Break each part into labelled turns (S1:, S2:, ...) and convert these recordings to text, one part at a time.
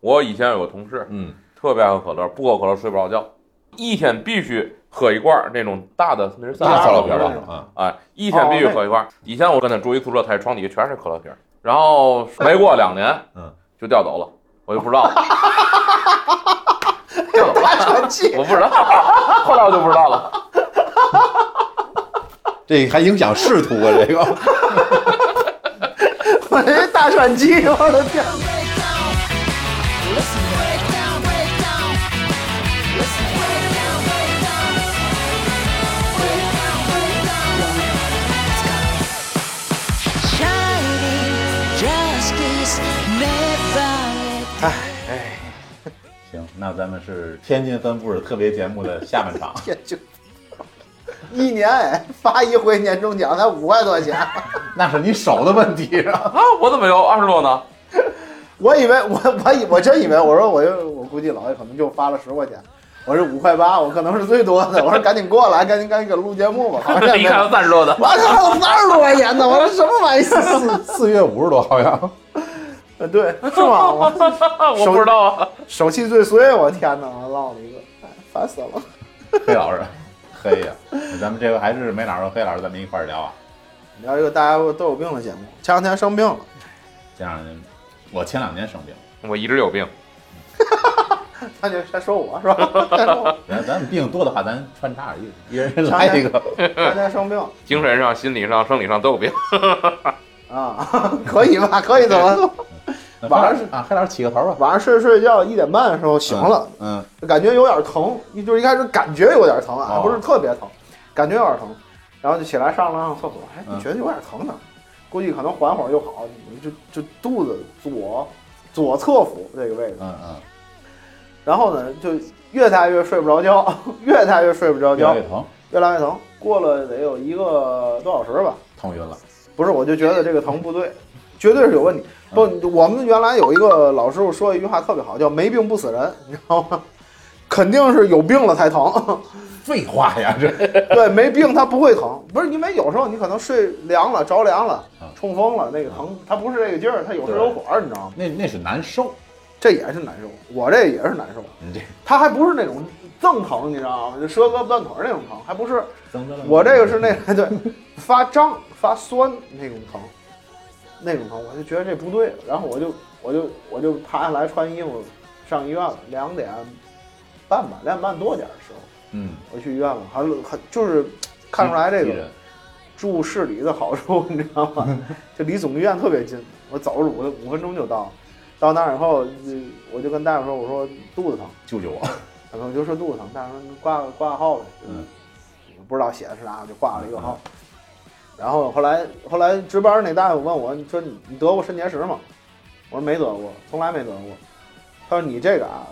S1: 我以前有个同事
S2: 嗯，
S1: 特别爱喝可乐，不喝可乐睡不着觉，一天必须喝一罐儿那种大的，那是哦
S2: 大
S1: 大
S2: 塑料
S1: 的
S2: 瓶
S1: 吧
S2: 吧？啊，
S1: 哎，一天必须喝一罐儿。以前我跟他住一宿舍，他床底下全是可乐瓶儿，然后没过两年，
S2: 嗯，
S1: 就调走了，我就不知道了，调走了，
S3: 大喘气，
S1: 我不知道， 后来我就不知道了。
S2: 这还影响仕途啊，这个。
S3: 我这大喘气，我的天！。
S2: 行，那咱们是天津分部的特别节目的下半场
S3: 天就一年哎发一回年终奖才五块多钱，
S2: 那是你手的问题啊。
S1: 啊，我怎么有二十多呢？
S3: 我以为我我以我真以为我说我就我估计老爷可能就发了十块钱，我是五块八，我可能是最多的，我说赶紧过来，赶紧赶紧给录节目吧，好 像
S1: 一
S3: 没
S1: 看
S3: 有。
S1: 就三十多的，
S3: 我操，还有三十多块钱呢！我说什么玩意儿？
S2: 四四月五十多好像。
S3: 呃对，是吗？我
S1: 我不知道啊。
S3: 手气最衰，我天哪，我落了一个，哎，烦死了。
S2: 黑老师，黑呀、咱们这回还是没老师和黑老师咱们一块儿聊啊。
S3: 聊一个大家都有病的节目，前两天生病了，
S2: 这样，我前两年生病，
S1: 我一直有病，
S3: 他就先说我是吧？先说我
S2: 咱咱们病多的话，咱穿插一一人来一个。
S3: 前两天生病
S1: 精神上、心理上、生理上都有病。
S3: 啊， 可以吧？可以怎么做？晚上是
S2: 啊，黑老师起个头吧。
S3: 晚上睡着睡觉一点半的时候醒了，
S2: 嗯，
S3: 感觉有点疼，一就是一开始感觉有点疼啊，
S2: 哦
S3: 不是特别疼，感觉有点疼，然后就起来上了趟厕所，哎，
S2: 嗯
S3: 你觉得有点疼呢，估计可能缓会儿就好，就就肚子左左侧腹这个位置
S2: 嗯，嗯
S3: 然后呢就越大越睡不着觉， 越大越睡不着
S2: 嗯，越来
S3: 觉
S2: 越，疼，
S3: 越来越疼，过了得有一个多小时吧，
S2: 疼晕了。
S3: 不是，我就觉得这个疼不对，绝对是有问题。不，我们原来有一个老师傅说一句话特别好，叫“没病不死人”，你知道吗？ 肯定是有病了才疼，
S2: 废话呀，这
S3: 对，没病他不会疼，不是因为有时候你可能睡凉了、着凉了
S2: 啊、
S3: 冲风了，那个疼它不是这个劲儿，它有时
S2: 对
S3: 有火儿，你知道吗？
S2: 那那是难受。
S3: 这也是难受，我这也是难受，
S2: 你这
S3: 它还不是那种赠疼，你知道吗？就折胳膊断腿儿那种疼，还不是
S2: 增加了
S3: 我这个是那个对，发胀发酸那种疼，那种疼，我就觉得这不对，然后我就我就我就爬下来穿衣服上医院了，两点半吧，两点半多点儿的时候
S2: 嗯，
S3: 我去医院了，还很就是看出来这
S2: 急
S3: 个
S2: 人
S3: 住市里的好处，你知道吗？就离总医院特别近，我走着五五分钟就到了，到那儿以后呃我就跟大夫说，我说肚子疼。
S2: 救救我。
S3: 然后就说肚子疼，大夫说你挂个挂个号呗，
S2: 嗯，
S3: 我不知道写的是啥，我就挂了一个号。然后后来后来值班那大夫问我，你说你你得过肾结石吗？我说没得过，从来没得过。他说你这个啊，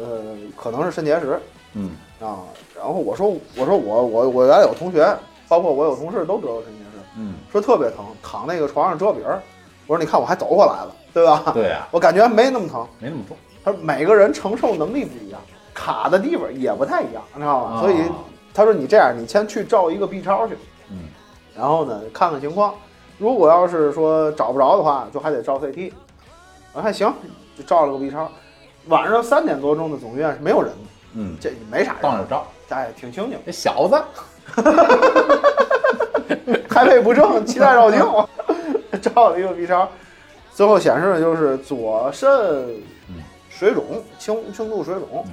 S3: 呃，可能是肾结石
S2: 嗯
S3: 啊。然后我说我说我我我原来有同学，包括我有同事都得过肾结石，
S2: 嗯，
S3: 说特别疼，躺那个床上遮饼儿。我说你看我还走过来了，对吧？
S2: 嗯对呀，
S3: 我感觉没那么疼。
S2: 没那么重。
S3: 他说每个人承受能力不一样，卡的地方也不太一样，你知道吧？
S2: 啊
S3: 所以他说你这样，你先去照一个 B 超去，
S2: 嗯
S3: 然后呢看看情况。如果要是说找不着的话，就还得照 CT。我说还行，就照了个 B 超。晚上三点多钟的总医院是没有人的，
S2: 嗯，
S3: 这没啥
S2: 到
S3: 人，
S2: 那儿照。
S3: 哎，挺清静，
S2: 这小子，
S3: 胎位不正，脐带绕颈， 照了一个 B 超，最后显示的就是左肾
S2: 嗯
S3: 水肿，轻轻度水肿
S2: 嗯。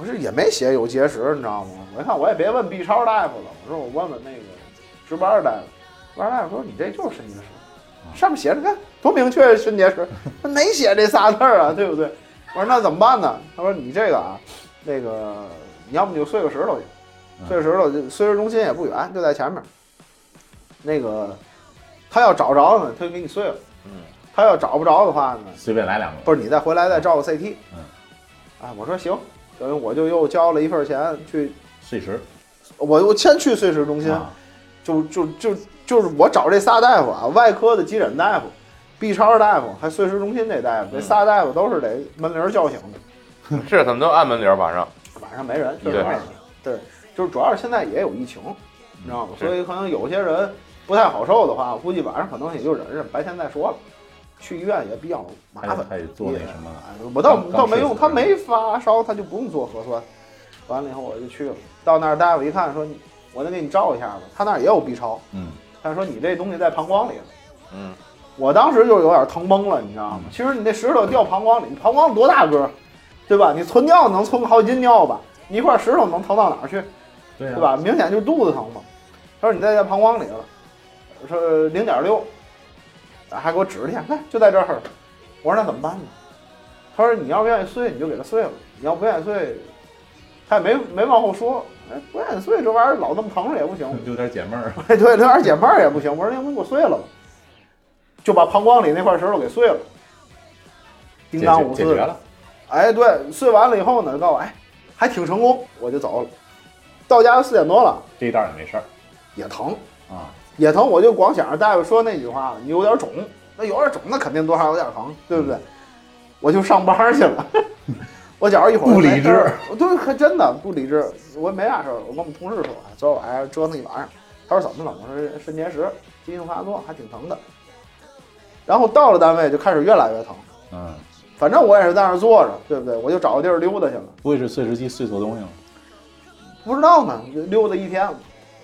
S3: 我这也没写有结石，你知道吗？我一看我也别问 B 超大夫了，我说我问问那个值班的大夫，值班大夫说你这就是肾结石，上面写着看多明确肾结石，没写这仨字儿啊，对不对？我说那怎么办呢？他说你这个啊，那个你要么就碎个石头去，碎个石头就碎石中心也不远，就在前面。那个他要找着呢，他就给你碎了。
S1: 嗯，
S3: 他要找不着的话呢，
S2: 随便来两个。
S3: 不是你再回来再照个 CT。
S2: 嗯，
S3: 哎，我说行，等于我就又交了一份钱去，
S2: 碎石。
S3: 我我先去碎石中心，
S2: 啊
S3: 就就就就是我找这仨大夫啊，外科的急诊大夫、B 超大夫，还碎石中心这大
S2: 嗯
S3: 夫，这仨大夫都是得门铃儿叫醒的，
S1: 是他们都按门铃儿晚上。
S3: 晚上没人，
S2: 对
S3: 就是晚上对，就是主要是现在也有疫情，你知道吗？
S1: 是
S3: 所以可能有些人不太好受的话，我估计晚上可能也就忍忍，白天再说了。去医院也比较麻烦。
S2: 还得做那
S3: 也
S2: 什么了
S3: 哎我倒
S2: 刚
S3: 倒没用，
S2: 刚睡
S3: 他没发烧，他就不用做核酸。完了以后我就去了，到那儿大夫一看说你，我再给你照一下吧。他那儿也有 B 超，
S2: 嗯，
S3: 他说你这东西在膀胱里了。
S1: 嗯，
S3: 我当时就有点疼懵了，你知道
S2: 嗯
S3: 吗？其实你那石头掉膀胱里，你膀胱多大个儿，对吧？你存尿能存个好几斤尿吧？你一块石头能疼到哪儿去？
S2: 对啊
S3: 对？吧？明显就是肚子疼嘛。他说你在这膀胱里了，我说零点六，还给我指了一下，看就在这儿。我说那怎么办呢？他说你要不愿意碎，你就给它碎了；你要不愿意碎，他也没没往后说。哎，不愿意碎这玩意儿老那么疼着也不行，
S2: 有点解闷儿，
S3: 对对，有点解闷儿也不行。我说那不给我碎了吧，就把膀胱里那块石头给碎了，
S2: 解
S3: 叮当
S2: 决
S3: 五
S2: 解
S3: 四
S2: 决。了，
S3: 哎，对，碎完了以后呢，告诉我哎，还挺成功，我就走了。到家四点多了，
S2: 这一道也没事儿
S3: 也疼，
S2: 啊。
S3: 也疼，我就光想着大夫说那句话，你有点肿，那有点肿，那肯定多少有点疼，对不
S2: 嗯
S3: 对？我就上班去了，我觉着一会儿
S2: 不理智
S3: 没事儿，对，还真的不理智，我没啥事儿，我跟我们同事说，哎昨儿晚上折腾一晚上，他说怎么了？我说肾结石，急性发作，还挺疼的。然后到了单位就开始越来越疼，
S2: 嗯，
S3: 反正我也是在那儿坐着，对不对？我就找个地儿溜达去了。
S2: 不会是碎石机碎错东西了？
S3: 不知道呢，溜达一天。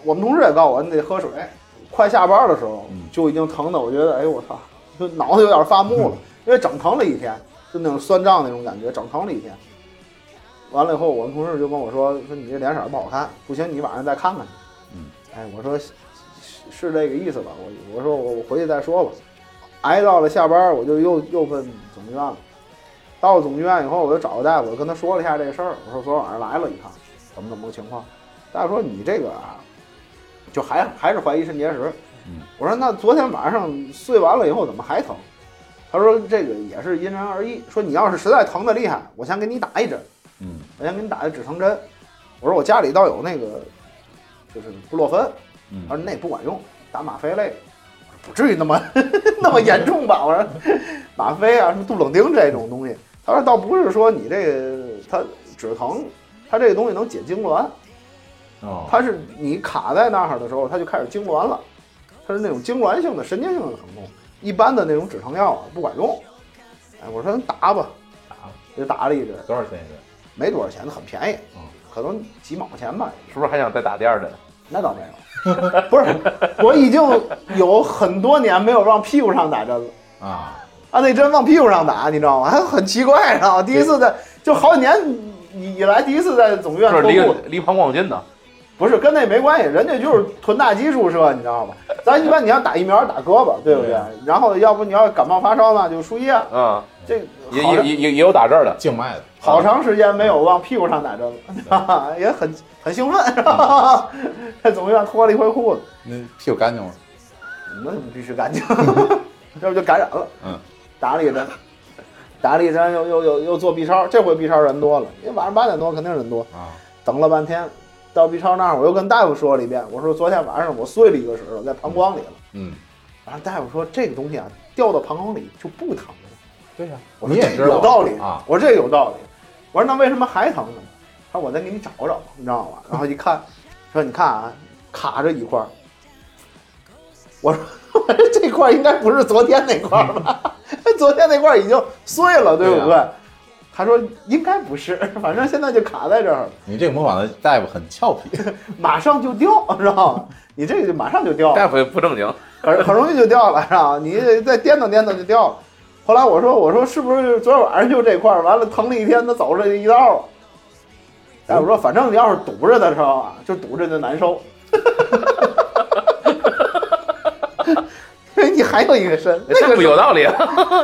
S3: 我们同事也告诉我，你得喝水。快下班的时候
S2: 嗯
S3: 就已经疼的，我觉得，哎呦我操， 就脑子有点发木了，因为整疼了一天，就那种酸胀那种感觉，整疼了一天。完了以后，我们同事就跟我说，说你这脸色不好看，不行，你晚上再看看去。
S2: 嗯，
S3: 哎，我说是是这个意思吧？我我说我我回去再说吧。挨到了下班，我就又又奔总医院了。到了总医院以后，我就找个大夫，我跟他说了一下这事儿。我说昨晚上来了一趟，怎么怎么个情况？大夫说你这个啊，就还还是怀疑肾结石。
S2: 嗯
S3: 我说那昨天晚上碎完了以后怎么还疼？他说这个也是因人而异。说你要是实在疼的厉害，我先给你打一针，
S2: 嗯，
S3: 我先给你打一止疼针。我说我家里倒有那个，就是布洛芬。
S2: 嗯
S3: 他说那不管用，打吗啡类。我说不至于那么 那么严重吧？我说 吗啡啊，什么杜冷丁这种东西。他说倒不是说你这个它止疼，它这个东西能解痉挛。
S2: 哦，
S3: 它是你卡在那儿的时候，它就开始痉挛了，它是那种痉挛性的神经性的疼痛，一般的那种止疼药啊不管用。哎，我说打吧，
S2: 打吧
S3: 就打了一针，
S2: 多少钱一个？
S3: 没多少钱，很便宜
S2: 嗯，
S3: 可能几毛钱吧。
S1: 是不是还想再打第二针？
S3: 那倒没有， 不是，我已经有很多年没有往屁股上打针了。
S2: 啊，
S3: 啊，那针往屁股上打，你知道吗？还很奇怪，知道吗？第一次在就好几年以以来第一次在总医院
S1: 是
S3: 脱
S1: 离
S3: 裤子，
S1: 离膀胱近呢。
S3: 不是跟那没关系，人家就是臀大肌注射，你知道吗？咱一般你要打疫苗打胳膊，对不对
S2: 对？
S3: 然后要不你要感冒发烧呢，就输液。
S1: 嗯，
S3: 这
S1: 也
S3: 好
S1: 也
S3: 长
S1: 也也也有打这儿的。
S2: 静脉的，啊
S3: 好长时间没有往屁股上打针了， 也很很兴奋，是吧？
S1: 嗯
S3: 在总医院脱了一回裤子，
S2: 那屁股干净吗？
S3: 那必须干净， 要不就感染了。
S2: 嗯，
S3: 打了一针，打了一针又又又又做 B 超，这回 B 超人多了，因为晚上八点多肯定人多，
S2: 啊，
S3: 等了半天，到 B 超那儿我又跟大夫说了一遍，我说昨天晚上我碎了一个石头在膀胱里了，
S2: 嗯，
S3: 然后大夫说这个东西啊掉到膀胱里就不疼了。
S2: 对呀，
S3: 我
S2: 你
S3: 说
S2: 也
S3: 这
S2: 知道
S3: 有道理
S2: 啊，
S3: 我说这有道理。我说那为什么还疼呢？他说我再给你找找，你知道吗？然后一看，说你看啊，卡着一块儿。我说我说 这块儿应该不是昨天那块儿吧？ 昨天那块儿已经碎了，对不
S2: 对
S3: 对？他说应该不是， 反正现在就卡在这儿了，
S2: 你这个模仿的大夫很俏皮，
S3: 马上就掉， 知道吗？你这个就马上就掉了。
S1: 大夫也不正经，
S3: 很很容易就掉了，是吧？你再颠倒颠倒就掉了。后来我说我说是不是昨天晚上就这块儿，完了疼了一天，他走这一道啊？大夫说，反正你要是堵着的时候啊，就堵着就难受。 你还有一个肾，那
S1: 这
S3: 个
S1: 不
S3: 是
S1: 有道理啊。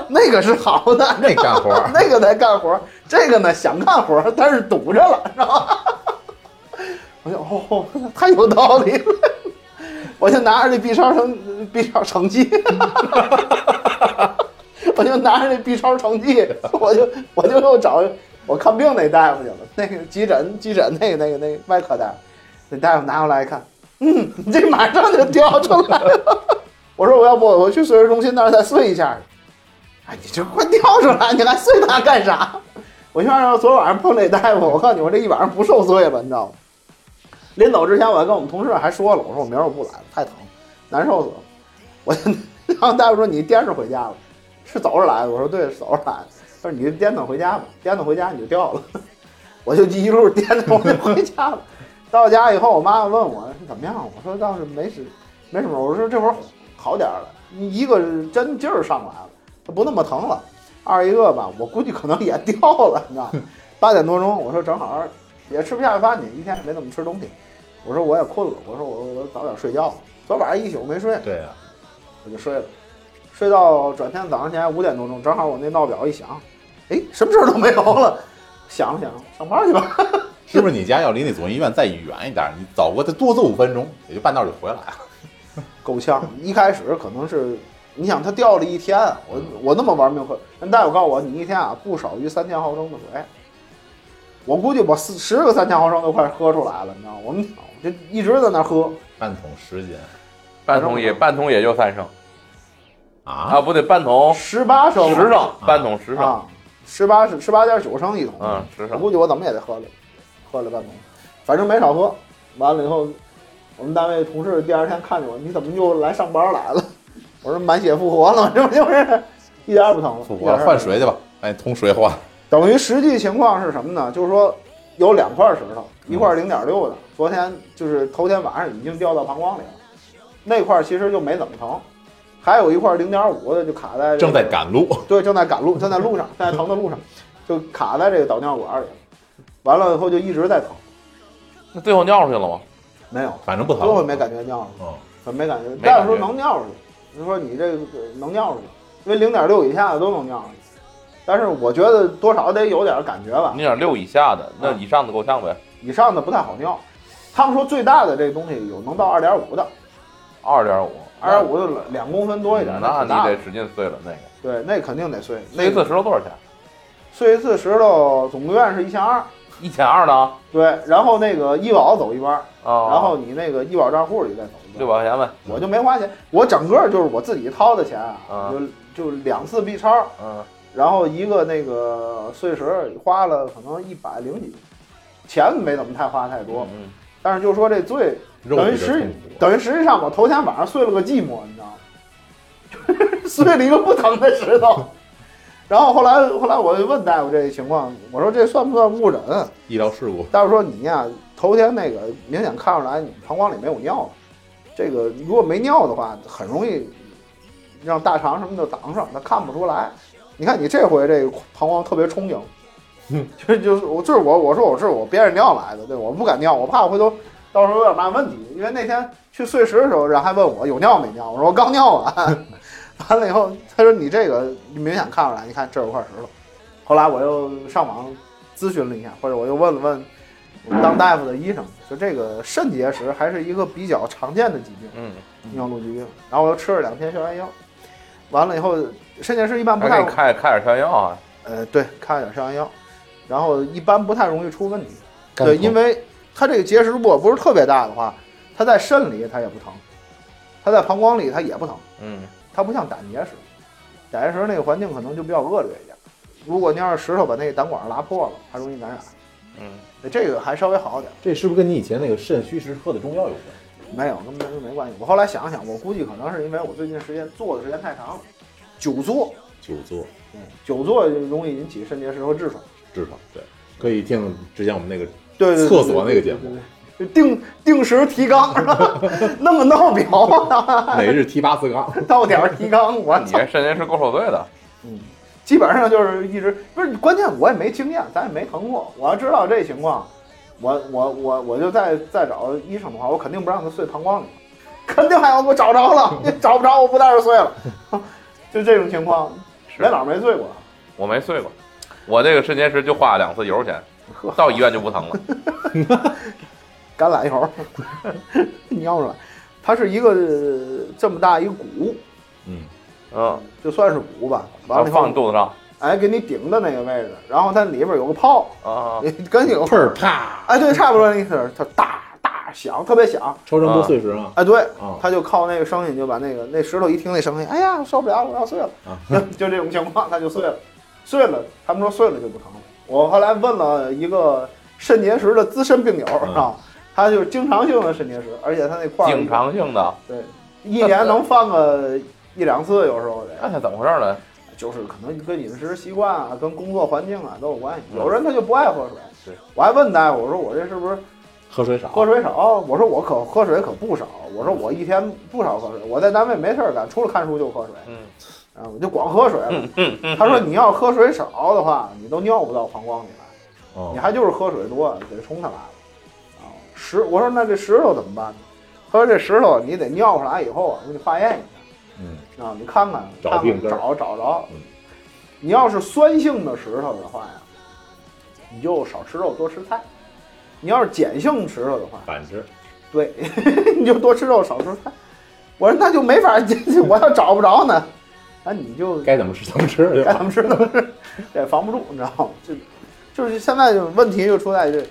S3: 那个是好的，
S2: 那干活儿
S3: 那个得干活儿，这个呢想干活儿，但是堵着了，知道吗？ 我就哦， 太有道理了，我就拿着这 B 超成 B 超成绩， 我就拿着这 B 超成绩，我就我就又找我看病那大夫去了，那个急诊急诊那个那个那个外科大夫，那大夫拿过来一看，嗯，你这马上就掉出来了。 我说我要不我去碎石中心那儿再碎一下去。哎，你这快掉出来，你还碎它干啥？ 我就按照昨晚上碰那大夫，我告诉你，我这一晚上不受罪了，你知道吗？临走之前，我还跟我们同事还说了，我说我明儿我不来了，太疼，难受死了。我就然后大夫说你颠着回家了，是走着来的。我说对，是走着来的。他说你就颠倒回家吧，颠倒回家你就掉了。 我就一路颠倒我就回家了。到家以后，我妈问我你怎么样，我说倒是没什没什么。我说这会儿好点儿了，你一个是真劲儿上来了，它不那么疼了。二一个吧，我估计可能也掉了，你知道吗？八点多钟，我说正好也吃不下饭去，一天也没怎么吃东西。我说我也困了，我说我我早点睡觉吧。昨晚上一宿没睡，
S2: 对啊呀、
S3: 我就睡了，睡到转天早上起来五点多钟，正好我那闹表一响，哎，什么事儿都没有了。想了想，上班去吧。
S2: 是不是你家要离那总医院再远一点，你走过去多走五分钟，也就半道就回来了。
S3: 够呛，一开始可能是，你想他掉了一天，啊
S1: 嗯
S3: 我我那么玩命喝，人大夫告诉我，你一天啊不少于三千毫升的水。我估计我四十个三千毫升都快喝出来了，你知道吗？我们我就一直在那喝，
S2: 半桶十斤
S1: 半桶也半桶也就三升
S2: 啊，
S1: 啊，不对，半桶
S3: 十八升，
S1: 十升，半桶十升，
S3: 啊，十八是十八点九升一桶，
S1: 嗯，十
S3: 我
S1: 升。
S3: 估计我怎么也得喝了，喝了半桶，反正没少喝。完了以后，我们单位同事第二天看见我，你怎么就来上班来了？我说满血复活了，这不就是一点儿也不疼了，
S2: 复
S3: 一
S2: 活
S3: 点
S2: 了
S3: 儿也不
S2: 换
S3: 疼
S2: 水去吧，哎，通水换。
S3: 等于实际情况是什么呢？就是说有两块石头，一
S2: 嗯
S3: 块零点六的，昨天就是头天晚上已经掉到膀胱里了，那块其实就没怎么疼，还有一块零点五的就卡在这个
S2: 正在赶路，
S3: 对，正在赶路，正在路上，正在疼的路上，就卡在这个导尿管里了。完了以后就一直在疼，
S1: 那最后尿出去了吗？
S3: 没有，
S2: 反正不疼。
S3: 最后没感觉尿
S2: 嗯，
S3: 了，没感觉。
S1: 哦没感觉
S3: 但是说能尿出去，就说你这个能尿出去，因为零点六以下的都能尿出去。但是我觉得多少得有点感觉吧
S1: 零，点六以下的，那以上的够呛呗。
S3: 以上的不太好尿。他们说最大的这东西有能到二点五的，
S1: 二点五，
S3: 二点五就两公分多一点，
S1: 嗯那
S3: 挺大
S1: 你
S3: 的
S1: 得使劲碎了那个。
S3: 对，那肯定得碎。
S1: 那一
S3: 那
S1: 次石头多少钱？
S3: 碎一次石头总住院是一千二，
S1: 一千二呢？啊，
S3: 对，然后那个医保走一半，然
S2: 哦
S1: 然
S3: 后你那个医保账户里再走一
S1: 六
S3: 半，
S1: 百块钱呗。
S3: 我就没花钱，我整个就是我自己掏的钱啊
S1: 啊，
S3: 就就两次 B 超，
S1: 嗯，
S3: 然后一个那个碎石花了可能一百零几，钱没怎么太花太多，
S1: 嗯
S3: 但是就说这最
S2: 肉
S3: 等于
S2: 体的
S3: 实
S2: 痛苦
S3: 等于实际上我头天晚上碎了个寂寞，你知道吗？ 碎了一个不疼的石头。然后后来后来我就问大夫这情况，我说这算不算误诊？
S2: 医疗事故，
S3: 大夫说你呀、头天那个明显看出来你膀胱里没有尿，这个如果没尿的话，很容易让大肠什么的挡上，他看不出来。你看你这回这个膀胱特别充盈，就是就是我就是我我说我是我憋着尿来的，对，我不敢尿，我怕我回头到时候有点嘛问题。因为那天去碎石的时候，人还问我有尿没尿，我说我刚尿完，完了以后他说你这个明显看出来，你看这有块石头。后来我又上网咨询了一下，或者我又问了问我们当大夫的医生，说这个肾结石还是一个比较常见的疾病，
S1: 嗯，
S3: 尿路疾病。然后我又吃了两天消炎药，完了以后肾结石一般不
S1: 还给
S3: 太
S1: 你开开点消炎药啊。
S3: 呃对，开了点消炎药，然后一般不太容易出问题。
S2: 干
S3: 对，
S2: 疼
S3: 因为它这个结石如果不是特别大的话，它在肾里它也不疼，它在膀胱里它也不疼。
S1: 嗯，
S3: 它不像胆结石，胆结石那个环境可能就比较恶劣一点。如果你要是石头把那个胆管拉破了，还容易感染。
S1: 嗯，
S3: 那这个还稍微好点，
S2: 这是不是跟你以前那个肾虚时喝的中药有关？
S3: 没有跟没没关系。我后来想了想，我估计可能是因为我最近时间坐的时间太长了，久坐，
S2: 久坐，
S3: 嗯，久坐就容易引起肾结石和痔疮。
S2: 痔疮，对，可以听之前我们那个
S3: 对对对，
S2: 厕所那个节目
S3: 对，对对就定定时提纲是吧？ 那么闹表啊，
S2: 每日提八次杠，
S3: 到点儿提纲，我
S1: 你
S3: 操！
S1: 这肾结石够受罪的。
S3: 基本上就是一直不是，关键我也没经验，咱也没疼过。我要知道这情况，我我我我就再再找医生的话，我肯定不让他碎膀胱里，肯定还要给我找着 了，你找不着我不带着碎了， 就这种情况，
S1: 是
S3: 没哪儿没碎过。
S1: 我没碎过，我这个肾结石就花了两次油钱，到医院就不疼了。
S3: 橄榄 油，尿出来，它是一个呃这么大一个鼓，
S2: 嗯，
S1: 嗯，
S3: 就算是鼓吧，完
S1: 然
S3: 了以
S1: 后放
S3: 后
S1: 你，肚子上
S3: 哎，给你顶的那个位置，然后它里边有个泡，
S1: 啊，
S3: 跟有个
S2: 砰儿啪，
S3: 哎，对，差不多那意思，它大大响，特别响。
S2: 超声波碎石啊，
S3: 哎，对，
S2: 啊，
S3: 他就靠那个声音就把那个那石头一听那声音，哎呀，受不了，我要碎了
S2: 啊，
S3: 就这种情况，他就碎了，碎了，他们说碎了就不疼了。我后来问了一个肾结石的资深病友
S2: 嗯
S3: 啊，他就是经常性的肾结石，而且他那块儿
S1: 经常性的，
S3: 对一年能犯个一两次，有时候得
S1: 那是怎么回事呢？
S3: 就是可能跟饮食习惯啊、跟工作环境啊都有关系。
S2: 嗯
S3: 有人他就不爱喝水，
S2: 对
S3: 我还问大夫，我说我这是不是
S2: 喝水少，
S3: 喝水少？啊我说我可喝水可不少，我说我一天不少喝水，我在单位没事儿干，除了看书就喝水，
S1: 嗯，
S3: 啊，我就光喝水
S2: 嗯
S3: 了。他说你要喝水少的话，你都尿不到膀胱里来。
S2: 嗯
S3: 你还就是喝水多，得冲它来了。啊，石，我说那这石头怎么办呢？他说这石头你得尿出来以后啊，我给你化验一
S2: 嗯，
S3: 下啊，你看看，
S2: 找
S3: 看看
S2: 病根儿
S3: 找找着
S2: 嗯。
S3: 你要是酸性的石头的话呀，你就少吃肉多吃菜；你要是碱性石头的话，
S2: 反之，
S3: 对， 你就多吃肉少吃菜。我说那就没法， 我要找不着呢，那你就
S2: 该怎么吃怎么吃，对
S3: 该
S2: 吧？
S3: 怎么吃怎么吃，也防不住，你知道吗？就就是现在就问题就出在这，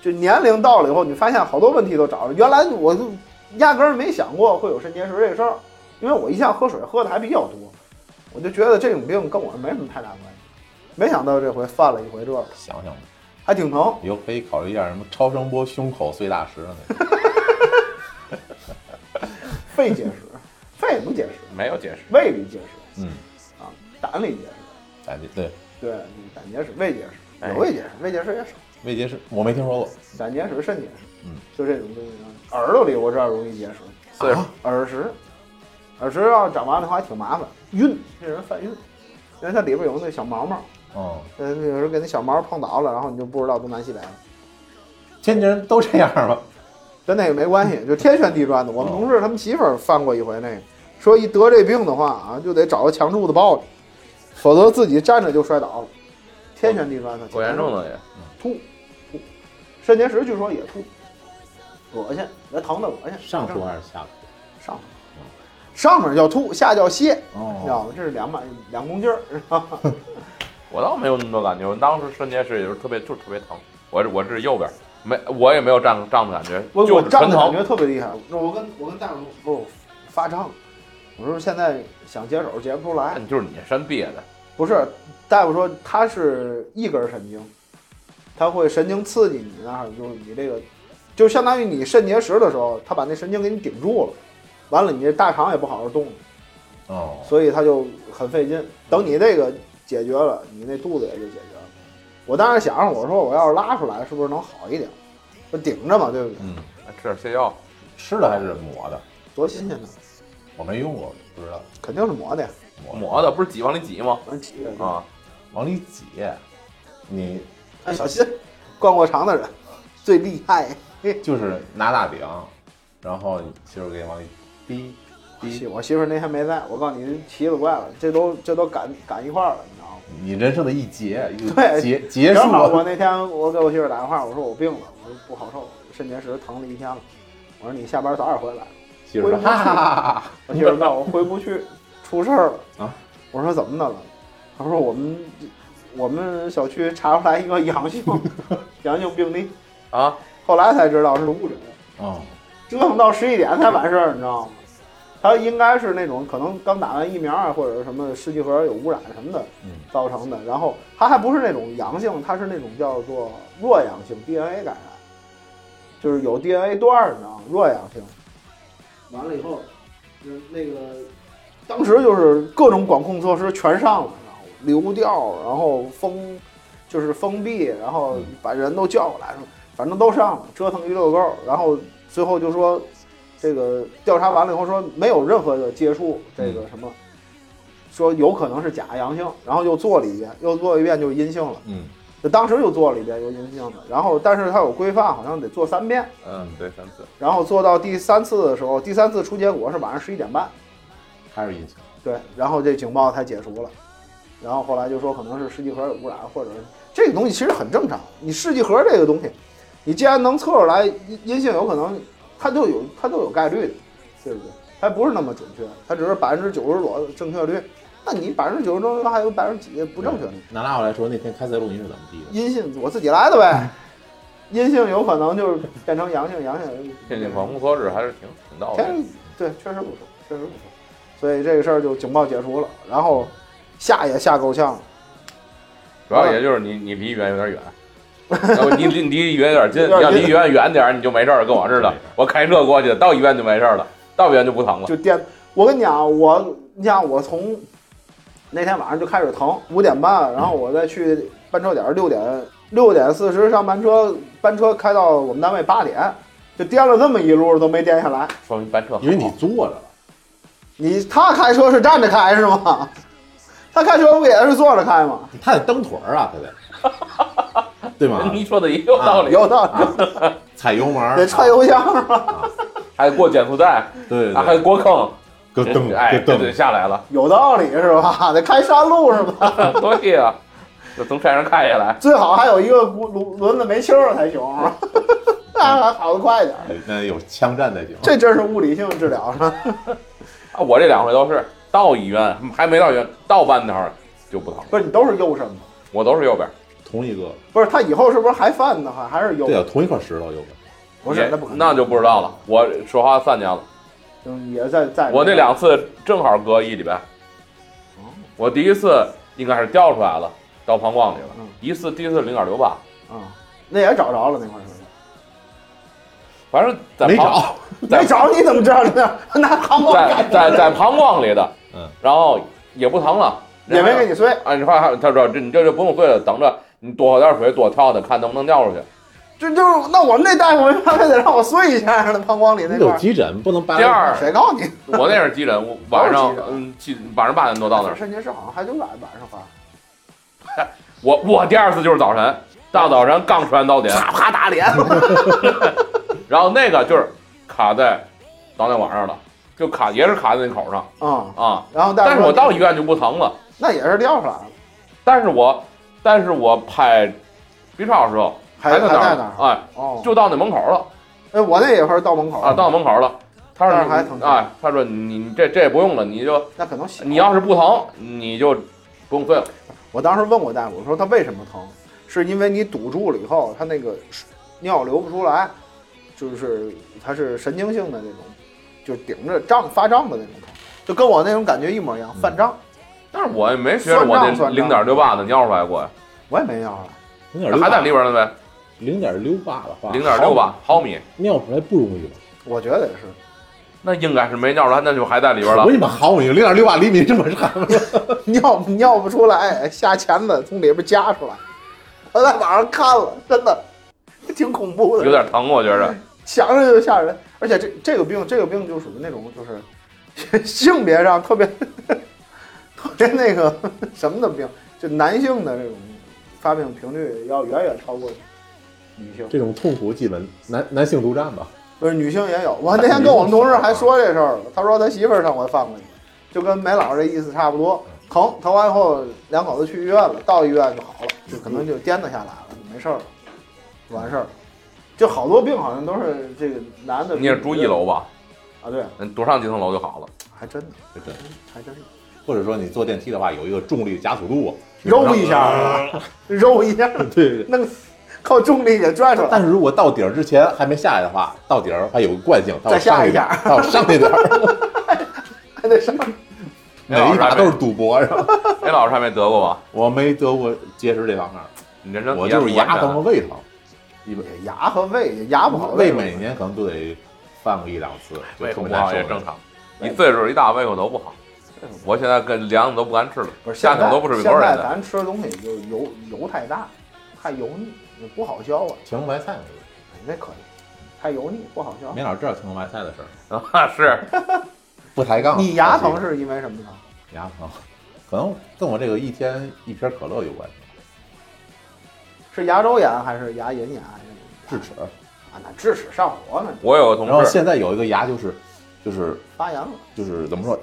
S3: 就年龄到了以后，你发现好多问题都找着。原来我就压根儿没想过会有肾结石这事儿，因为我一向喝水喝的还比较多，我就觉得这种病跟我没什么太大关系。没想到这回犯了一回这个，
S2: 想想吧，
S3: 还挺疼。
S2: 以后可以考虑一下什么超声波胸口碎大石那个，
S3: 肺结石，肺不结石，
S1: 没有解释。
S3: 胃里结石
S2: 嗯，
S3: 啊，胆里结石，
S2: 感觉对，
S3: 对，胆结石、胃结石，
S1: 哎
S3: 有胃结石，胃结石也少。
S2: 胃结石我没听说过，
S3: 胆结石、肾结石，
S2: 嗯，
S3: 就这种东西啊。耳朵里我知道容易结石，
S1: 岁数
S3: 耳石，耳石要长完的话还挺麻烦，晕，这人犯晕，因为它里边有那小毛毛，
S2: 嗯，
S3: 呃，有时候给那小毛碰倒了，然后你就不知道东南西北了，
S2: 天津人都这样吗？
S3: 跟那个没关系，就天旋地转的。我们
S2: 哦
S3: 同事他们媳妇儿犯过一回那个，说一得这病的话啊，就得找个强柱子抱着，否则自己站着就摔倒了，天旋地转的，
S1: 够严重的也，
S3: 吐，吐，肾结石据说也吐，恶心，那疼的恶心，
S2: 上吐还是下吐？
S3: 上面，啊上面叫吐，下叫泻，你知
S2: 哦，
S3: 道吗？这是两把两公斤儿， 知道吗？
S1: 我倒没有那么多感觉。我当时肾结石也就是特别，就是特别疼。我这我这是右边，没我也没有胀胀的感觉，
S3: 我
S1: 就
S3: 我
S1: 是
S3: 胀
S1: 纯
S3: 的感
S1: 疼。
S3: 觉特别厉害。那我跟我跟大夫说，我发胀，我说现在想解手解不出来
S1: 那，你就是你肾憋的，
S3: 不是大夫说他是一根神经，他会神经刺激你那儿，就是你这个，就相当于你肾结石的时候，他把那神经给你顶住了，完了你这大肠也不好好动，
S2: 哦，
S3: 所以他就很费劲。等你这个解决了，你那肚子也就解决了。我当时想着，我说我要是拉出来，是不是能好一点？就顶着嘛，对不对？
S2: 嗯，
S1: 吃点泻药。
S2: 吃的还是抹的？
S3: 多新鲜呢，
S2: 我没用过，不知道
S3: 肯定是磨的呀。
S1: 抹的不是挤往里挤吗？
S3: 完挤着
S1: 啊，
S2: 往里挤，你
S3: 哎小心，灌过肠的人最厉 害。哎
S2: 就是拿大饼，然后你媳妇给你往里滴
S3: 媳
S2: 滴，
S3: 我媳妇儿那天没在，我告诉你，奇了怪了，这都这都赶赶一块儿了，你知道吗？
S2: 你人生的一劫，一
S3: 对
S2: 个结结束
S3: 正好我那天我给我媳妇儿打电话，我说我病了，我说不好受，肾结石疼了一天了。我说你下班早点回来。
S2: 媳妇说哈哈哈哈哈，
S3: 我媳妇儿告诉我回不去，出事儿了
S2: 啊！
S3: 我说怎么的了？她说我们我们小区查出来一个阳性阳性病例，
S1: 啊，
S3: 后来才知道是误诊，
S2: 哦，
S3: 折腾到十一点才完事儿，你知道吗？他应该是那种可能刚打完疫苗啊，或者什么试剂盒有污染什么的
S2: 嗯
S3: 造成的。然后他还不是那种阳性，他是那种叫做弱阳性 DNA 感染，就是有 DNA 段儿，你知道吗？弱阳性。完了以后，就是那个当时就是各种管控措施全上了，然后流调，然后封，就是封闭，然后
S2: 嗯
S3: 把人都叫过来，反正都上了，折腾一溜够。然后最后就说，这个调查完了以后说没有任何的接触，这个什么，说有可能是假阳性，然后又做了一遍，又做一遍就是阴性了，
S2: 嗯
S3: 就当时又做了一遍又阴性的。然后但是它有规范，好像得做三遍。
S1: 嗯，对，三次。
S3: 然后做到第三次的时候，第三次出结果是晚上十一点半，
S2: 还是阴性，
S3: 对，然后这警报才解除了。然后后来就说可能是试剂盒有污染，或者这个东西其实很正常。你试剂盒这个东西，你既然能测出来阴阴性，有可能它就有它都有概率的，对不对？它不是那么准确，它只是百分之九十多的正确率。那你百分之九十多还有百分之几不正确率？
S2: 那拿我来说，那天开塞露你是怎么滴的？
S3: 阴性我自己来的呗， 阴性有可能就是变成阳性，阳性
S1: 电信管控措施还是挺挺到位的。
S3: 嗯天，对，确实不错，确实不错。所以这个事儿就警报解除了，然后吓也吓够呛了。
S1: 主
S3: 嗯
S1: 要也就是你你离远有点远，然后你离你离医院有点近，
S3: 有点
S1: 你要
S3: 近
S1: 离医院远点儿你就没事儿了，跟我似的，我开车过去到医
S3: 啊
S1: 院就没事儿了，到医院就不疼了。
S3: 就电，我跟你讲，我你想我从那天晚上就开始疼，五点半，然后我再去班车点儿，六点六点四十上班车，班车开到我们单位八点，就颠了这么一路都没颠下来。
S1: 说明班车好
S2: 因为你坐着了，
S3: 你他开车是站着开是吗？他开车不也是坐着开吗？
S2: 他得蹬腿儿啊，他得， 对吗？ 啊
S3: 嗯
S1: 你说的也有道理，啊
S3: 有道理，
S2: 踩油门儿，
S3: 得踹油箱是吧？
S1: 还过减速带，
S2: 对，对
S1: 啊，还
S2: 对，
S1: 过坑，
S2: 咯蹬，
S1: 哎，
S2: 咯
S1: 这就
S2: 蹬，
S1: 下来了。
S3: 有道理是吧？得开山路是吧？
S1: 对呀、啊就从山上开下来，
S3: 最好还有一个轱辘轮子没气儿才行，是吧 那还跑得快点儿。
S2: 那有枪战才行。
S3: 这真是物理性治疗是吧？
S1: 啊，我这两回都是到医院还没到医院，到半道儿就不疼了，
S3: 不是你都是右肾吗？
S1: 我都是右边，
S2: 同一个，
S3: 不是他以后是不是还犯呢？还还是右
S2: 对？啊，同一块石头，有个
S3: 不
S1: 也
S3: 是，那不可能，
S1: 那就不知道了。我说话三年了，
S3: 嗯也在在
S1: 我那两次正好隔一礼拜，我第一次应该是掉出来了，到膀胱里了
S3: 嗯，
S1: 一次第一次零点六八，
S3: 啊，那也找着了那块儿是不是？
S1: 反正在
S2: 没
S1: 膀
S2: 找，
S1: 在
S3: 没找你怎么知道的？ 那扛过来
S1: 在在在膀胱里的，
S2: 嗯，
S1: 然后也不疼了，
S3: 也没给你睡，
S1: 啊，你话他说这你这就不用睡了，等着你多喝点水，多跳跳，看能不能尿出去。
S3: 这就是那我们那大夫没办法得让我睡一下，那膀胱里那
S2: 你
S3: 块
S2: 有
S3: 儿。
S2: 急诊，不能扒
S1: 第
S2: 拉。
S1: 二，
S3: 谁告诉你？
S1: 我那是急诊，我晚上嗯，七晚上八点多到那儿。
S3: 肾结石好像还就晚晚上发，
S1: 我我第二次就是早晨，大早晨刚吃完早点，
S3: 啪啪打脸。
S1: 然后那个就是卡在当天晚上了，就卡也是卡在那口上
S3: 嗯，
S1: 啊。
S3: 然后大夫
S1: 但是
S3: 说
S1: 我到
S3: 你
S1: 医院就不疼了，
S3: 那也是撂出来了，
S1: 但是我但是我拍 B 超的时候
S3: 还
S1: 在
S3: 还
S1: 那
S3: 在那
S1: 儿
S3: 儿，。
S1: 哎，
S3: 哦，
S1: 就到那门口了
S3: 哎，我那也是到门口
S1: 啊，到那门口了。他说
S3: 哦但
S1: 你
S3: 是还疼
S1: 哎，他说你你这这也不用了，你就
S3: 那可能小
S1: 你要是不疼，你就不用睡了。
S3: 我当时问过大夫，我说他为什么疼？是因为你堵住了以后，他那个尿流不出来，就是它是神经性的那种，就是顶着胀发胀的那种疼，就跟我那种感觉一模一样，
S2: 嗯
S3: 犯胀。
S1: 但是我也没学着我
S3: 算账
S1: 那
S3: 算
S1: 零
S3: 账
S1: 点六八的尿出来过呀，
S3: 我也没尿啊了，
S2: 零点六
S1: 还在里
S2: 八，
S1: 边呢呗，
S2: 零点六八的
S3: 啊
S2: 话，
S1: 零点六八毫米。
S2: 尿出来不容易吧？
S3: 我觉得也是。
S1: 那应该是没尿了，那就还在里边
S2: 我
S1: 了
S2: 跟。你们毫米零点六八厘米这么长，
S3: 尿尿不出来，哎下钳子从里边夹出来。我在网上看了，真的挺恐怖的，
S1: 有点疼，我觉着。
S3: 想着就吓人。而且这这个病，这个病就属于那种就是 性别上特别特别那个 什么的病，就男性的这种发病频率要远远超过女性。
S2: 这种痛苦基本男男性独占吧。
S3: 不是女性也有，我那天跟我们同事还说这事儿了，他说他媳妇儿上回犯过一个，就跟梅老师这意思差不多，疼疼完以后两口子去医院了，到医院就好了，就可能就颠得下来了，就没事儿了，就完事儿了。就好多病好像都是这个男的，
S1: 你也住一楼吧，
S3: 啊？对，
S1: 你多上几层楼就好了。
S3: 还真的，
S2: 对对，
S3: 还真的，
S2: 或者说你坐电梯的话，有一个重力加速度。
S3: 揉一下儿，揉一下儿，
S2: 对对对。
S3: 弄靠重力给拽出来，
S2: 但是如果到顶儿之前还没下来的话，到顶儿还有个惯性，到
S3: 再下
S2: 上
S3: 一
S2: 点
S3: 下
S2: 儿，到上一点 儿，
S3: 还得上。
S2: 每一把都是赌博，是吧？
S1: 哎，老师还没得过吧？
S2: 我没得过结石这方面儿，
S1: 你人生
S2: 我就是牙疼和
S1: 疼。
S2: 胃疼，
S3: 牙和胃，牙不好，
S2: 胃每年可能都得犯个一两次，就
S1: 胃口
S2: 特别
S1: 不
S2: 难
S1: 好
S2: 受
S1: 也
S2: 的
S1: 正。常，你岁数一大，胃口都不好。我现在跟凉的都不敢吃了，
S3: 不是
S1: 下
S3: 现在
S1: 口都不是米多
S3: 现在
S1: 人的。
S3: 咱吃的东西就是油油太大，太油腻，也不好消化。
S2: 青红白菜，
S3: 哎那可以，太油腻不好消化。
S2: 没老知道青红白菜的事儿，
S1: 啊，是
S2: 不抬杠。
S3: 你牙疼是因为什么疼？
S2: 牙疼，可能跟我这个一天一瓶可乐有关系，
S3: 是牙周炎还是牙龈炎？
S2: 智齿。
S3: 啊，那智齿上火呢，
S1: 我有个
S2: 然后
S1: 同事，
S2: 现在有一个牙就是，就是
S3: 发炎了。
S2: 就是怎么说，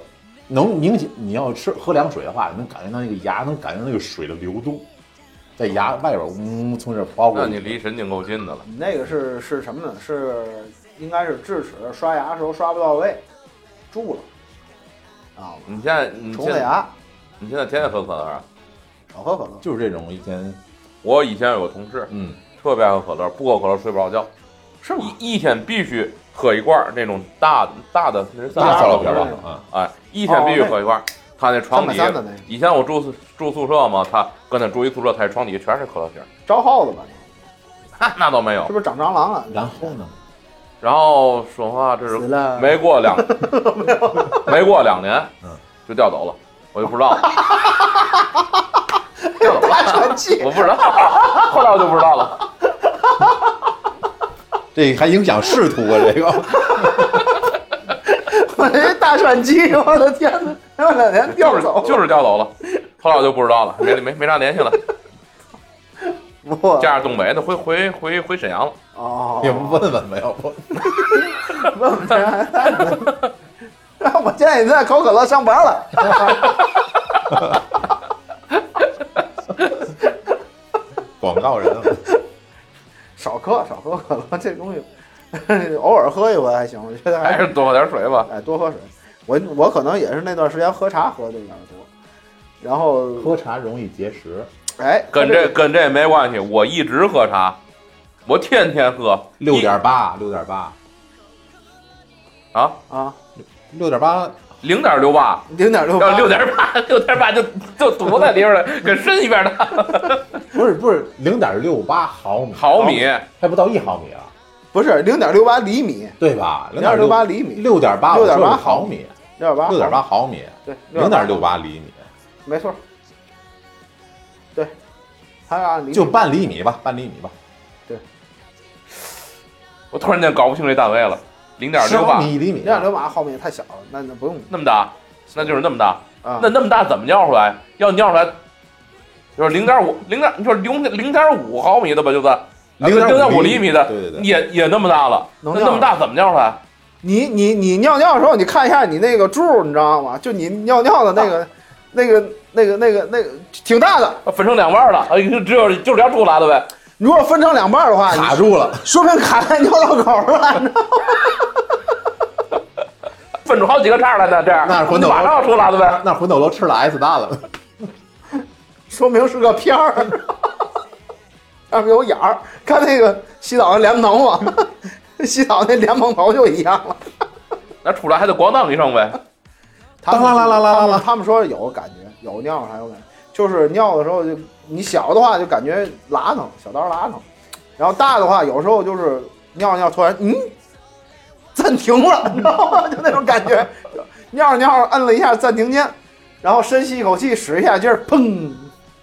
S2: 能明显你要吃喝凉水的话，能感觉到那个牙能感觉到那个水的流动，在牙外边儿嗯从这儿跑过
S1: 那
S2: 去。
S1: 你离神经够近的了。
S3: 你那个是是什么呢？是应该是智齿刷牙的时候刷不到位，蛀了，啊，
S1: 你现在你
S3: 虫
S1: 现
S3: 子
S1: 在
S3: 牙，
S1: 你现在天天喝可乐啊？
S3: 少喝可乐。
S2: 就是这种一天，
S1: 我以前有个同事
S2: 嗯，
S1: 特别爱喝可乐，不喝可乐睡不着觉，
S3: 是吗？
S1: 一一天必须喝一罐儿那种大大的那是
S3: 大
S2: 那
S1: 塑
S2: 塑
S1: 料瓶
S2: 料瓶
S1: 儿吧
S3: 那
S2: 吧
S3: 种，
S2: 啊，
S1: 哎，一天必须喝一罐儿。他那
S3: 三
S1: 床
S3: 百
S1: 底，
S3: 三哦的那个，
S1: 以前我住宿住宿舍嘛，他跟他住一宿舍，他床底下全是可乐瓶儿，
S3: 招耗子吧？
S1: 那那倒没有
S3: 是。不是长蟑螂了？
S2: 然后呢，
S1: 然后说话这
S3: 死
S1: 是
S3: 了
S1: 没过两，没过两年
S2: 嗯，
S1: 就调走了。我就不知道了， 这怎么
S3: 大喘气，
S1: 我不知道， 后来我就不知道了。
S2: 这还影响仕途啊，这个。
S3: 我这大喘气，我的天哪！那两天
S1: 就
S3: 调
S1: 是
S3: 走了，
S1: 就是调走了，后来我就不知道了，没没没啥联系了。
S3: 我
S1: 这样东北的回回回回沈阳了，
S3: 哦，
S2: 你们问问吧，要不
S3: 问问这，我现在已经在可口可乐上班了。
S2: 广告人
S3: 少喝少喝可乐，这东西 偶尔喝一回还行，我觉得还
S1: 还
S3: 是
S1: 是多喝点水吧。
S3: 哎多喝水。我我可能也是那段时间喝茶喝的有点多，然后
S2: 喝茶容易结石，
S3: 哎
S1: 跟
S3: 喝
S1: 这
S3: 个
S1: 跟这没关系，我一直喝茶，我天天喝
S2: 六点八，六点八，
S1: 一啊，
S3: 啊
S2: 六点八，
S1: 零点六八，
S3: 零点六
S1: 要六点八，六点八就就堵在里边了，跟身一边的
S2: 不是不是零点六八毫米，
S1: 毫米，
S2: 还不到一毫米啊，
S3: 不是零点六八厘米，
S2: 对吧？零
S3: 点
S2: 啊六
S3: 八厘米，
S2: 六点八，
S3: 6.8
S2: 毫米，
S3: 六点八
S2: 六点八毫米，
S3: 对
S2: 零点六
S3: 六
S2: 八厘米，
S3: 没错，对，它按厘
S2: 就半厘米吧，半厘米吧，
S1: 我突然间搞不清这单位了，零点六
S2: 毫
S1: 八
S2: 米一厘米
S3: 零，点六八毫米太小了，那那不用
S1: 那么大，那就是那么大，
S3: 啊
S1: 那那么大怎么尿出来？要尿出来，就是零点五，零点你说零零点五毫米的吧，就算
S2: 零
S1: 零
S2: 五
S1: 五厘米的，
S2: 对对对，
S1: 也也那么大了，
S3: 能
S1: 那
S3: 尿
S1: 那么大怎么尿出来？
S3: 你你你尿尿的时候，你看一下你那个柱，你知道吗？就你尿尿的那
S2: 啊
S3: 个、那个、那个、那个、那个，挺大的。
S1: 啊分成两半了，啊，就只有就是要出来的呗。
S3: 如果分成两半的话，
S2: 卡
S3: 你
S2: 住了，
S3: 说不定卡在尿道口了，你知道吗？
S1: 分出好几个叉来呢，这样
S2: 那是混的
S1: 马上要出来的呗。
S2: 那魂斗罗吃了 S 蛋了，
S3: 说明是个片儿， 上面有眼儿。看那个洗澡的莲蓬头嘛， 洗澡那莲蓬头就一样了。
S1: 那出来还得咣当一声呗。
S3: 他们
S2: 当啦啦啦啦啦啦
S3: 他们说有感觉，有尿还有感觉，就是尿的时候就你小的话就感觉拉疼，小刀拉疼，然后大的话有时候就是尿尿突然嗯暂停了， 你知道吗？就那种感觉，尿着尿着摁了一下暂停键，然后深吸一口气，使一下劲儿，砰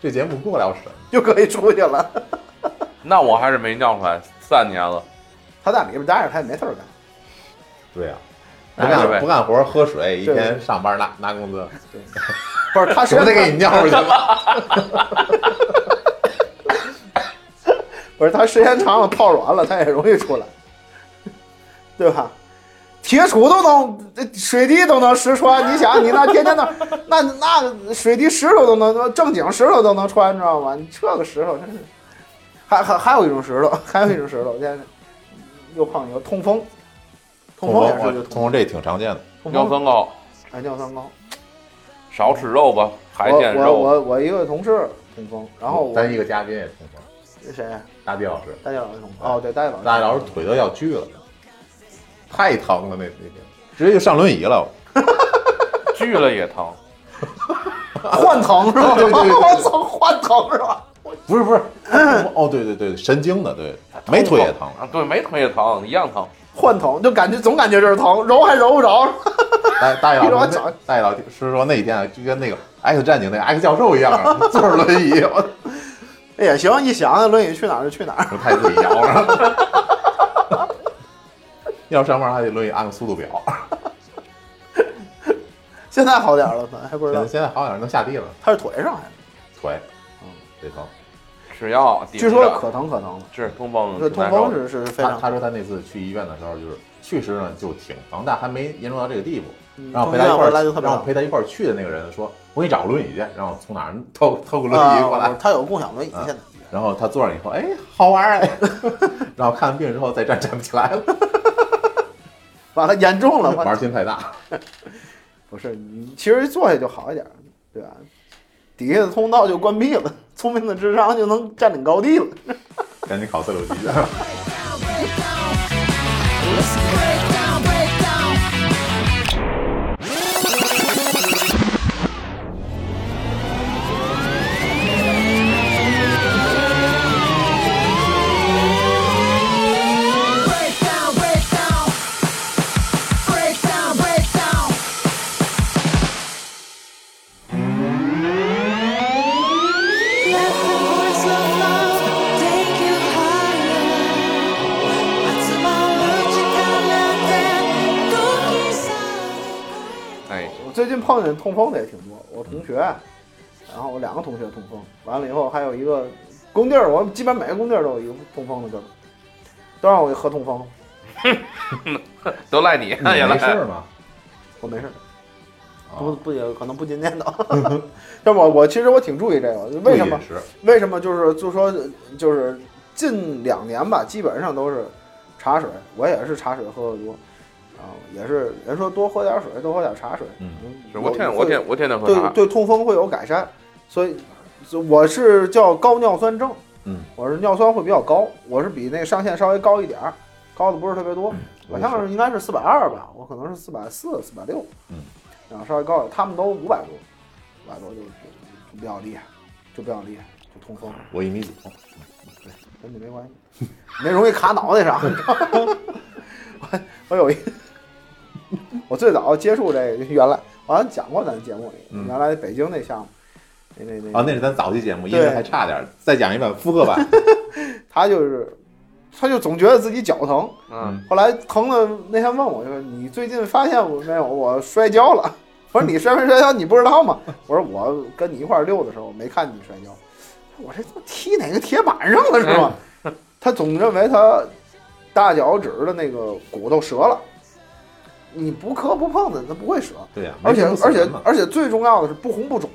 S2: 这节目过不了审，
S3: 就可以出去了。
S1: 那我还是没尿出来，三年了。
S3: 他在里边待着，他也没事儿干。
S2: 对呀。不
S1: 那是呗
S2: 干不干活，喝水，一
S3: 对
S2: 天上班拿拿工资，
S3: 不是他
S2: 舍不得给你尿出去吗？
S3: 不是他时间长了泡软了，他也容易出来，对吧？铁杵都能，水滴都能石穿，你想你那天天那那那水滴石头都能正经石头都能穿，你知道吗？你这个石头真是，还还还有一种石头，还有一种石头，现在又胖又痛风，痛风也是就
S2: 痛风这挺常见的。
S3: 痛
S1: 尿
S3: 风，
S1: 酸高，
S3: 哎，尿酸高。
S1: 少吃肉吧，海
S3: 我
S1: 鲜
S3: 我
S1: 肉。
S3: 我我一个同事痛风，然后我
S2: 咱一个嘉宾也痛风，
S3: 谁？
S2: 大地老师，
S3: 大家老师痛风。哦，对，大家老师。
S2: 大地老师腿都要锯了，太疼了那那天，直接就上轮椅了。
S1: 锯了也疼，
S3: 换疼是吧？
S2: 对对对对
S3: 我操，换疼是吧？
S2: 不 是不是，哦对对对，神经的，对，没腿也疼。
S1: 啊！对，没腿也疼，一样疼。
S3: 换疼就感觉总感觉这是疼，揉还揉不着。
S2: 大大地老
S3: 我
S2: 师
S3: 操，
S2: 大地老师说那一天啊就跟那个《X 战警》那个 X 教授一样，啊坐着轮椅，我
S3: 也哎行，一想轮椅去哪儿就去哪儿。
S2: 我太自己摇了。 要上班还得轮椅按个速 度表，
S3: 现在好点了，反正还不
S2: 现
S3: 知道
S2: 在现在好点能下地了，
S3: 他是腿上还是。
S2: 腿，
S3: 嗯
S2: 这疼。
S1: 吃药，
S3: 据说可疼可疼了，
S1: 治痛风
S3: 这
S1: 挺
S3: 痛
S1: 难受
S3: 风
S1: 的。
S3: 是是非
S2: 他
S3: 常。
S2: 他说他那次去医院的时候，就是确实呢就挺疼，但还没严重到这个地步。
S3: 嗯
S2: 然后陪
S3: 从
S2: 他一
S3: 医院
S2: 块
S3: 回来就特
S2: 儿，
S3: 别
S2: 然后
S3: 疼。
S2: 陪他一块儿去的那个人说：“我给你找个轮椅去。”然后从哪儿偷偷个轮椅过来嗯
S3: 啊，，他有共享轮椅现在。
S2: 然后他坐上以后，哎，好玩儿哎。 然后看完病之后再站站不起来了，
S3: 完了，严重了，
S2: 玩
S3: 完
S2: 儿心太大。
S3: 不是你其实坐下就好一点，对吧？底下的通道就关闭了，聪明的智商就能占领高地了。
S2: 赶紧考四六级。
S4: Breakdown, breakdown.
S1: 哎
S3: 近碰见痛风的也挺多，我同学，然后我两个同学痛风，完了以后还有一个工地儿，我基本每个工地儿都有一个痛风的哥们儿，都让我喝痛风，
S1: 都赖你，
S3: 嗯
S2: 你
S1: 原
S2: 没
S1: 来
S2: 事吗？
S3: 我没事儿，
S2: 啊
S3: 不不也可能不进念叨，但我我其实我挺注意这个，为什么
S2: 注意饮食
S3: 为什么就是就说就是近两年吧，基本上都是茶水，我也是茶水喝的多，啊，也是人说多喝点水，多喝点茶水，
S2: 嗯
S1: 是我天
S3: 有
S1: 我天我天天喝
S3: 对
S1: 茶，
S3: 对痛风会有改善，所以所以我是叫高尿酸症，
S2: 嗯，
S3: 我是尿酸会比较高，我是比那个上限稍微高一点儿，高的不是特别多，
S2: 我
S3: 我
S2: 也是
S3: 像是应该是四百二吧，我可能是四百四、四百六，
S2: 嗯，
S3: 然后稍微高点儿，他们都五百多，五百多就就就比较厉害，就比较厉害，就痛风
S2: 我一米九，
S3: 跟你没关系，没容易卡脑袋上。我我有一，我最早接触这个原来我好像讲过咱节目里，
S2: 嗯
S3: 原来北京那项目，那那那
S2: 啊，那是咱早期节目，因
S3: 对
S2: 为还差点儿，再讲一版复刻版，
S3: 他就是，他就总觉得自己脚疼，
S1: 嗯，
S3: 后来疼的那天问我，就说你最近发现我没有，我摔跤了。 我说你摔没摔跤，你不知道吗？ 我说我跟你一块儿溜的时候没看你摔跤，我这他妈踢哪个铁板上了是吗？他总认为他大脚趾的那个骨头折了，你不磕不碰的，它不会折。
S2: 对呀，
S3: 而且
S2: 没什么
S3: 而且
S2: 死嘛
S3: 而且最重要的是不红不肿，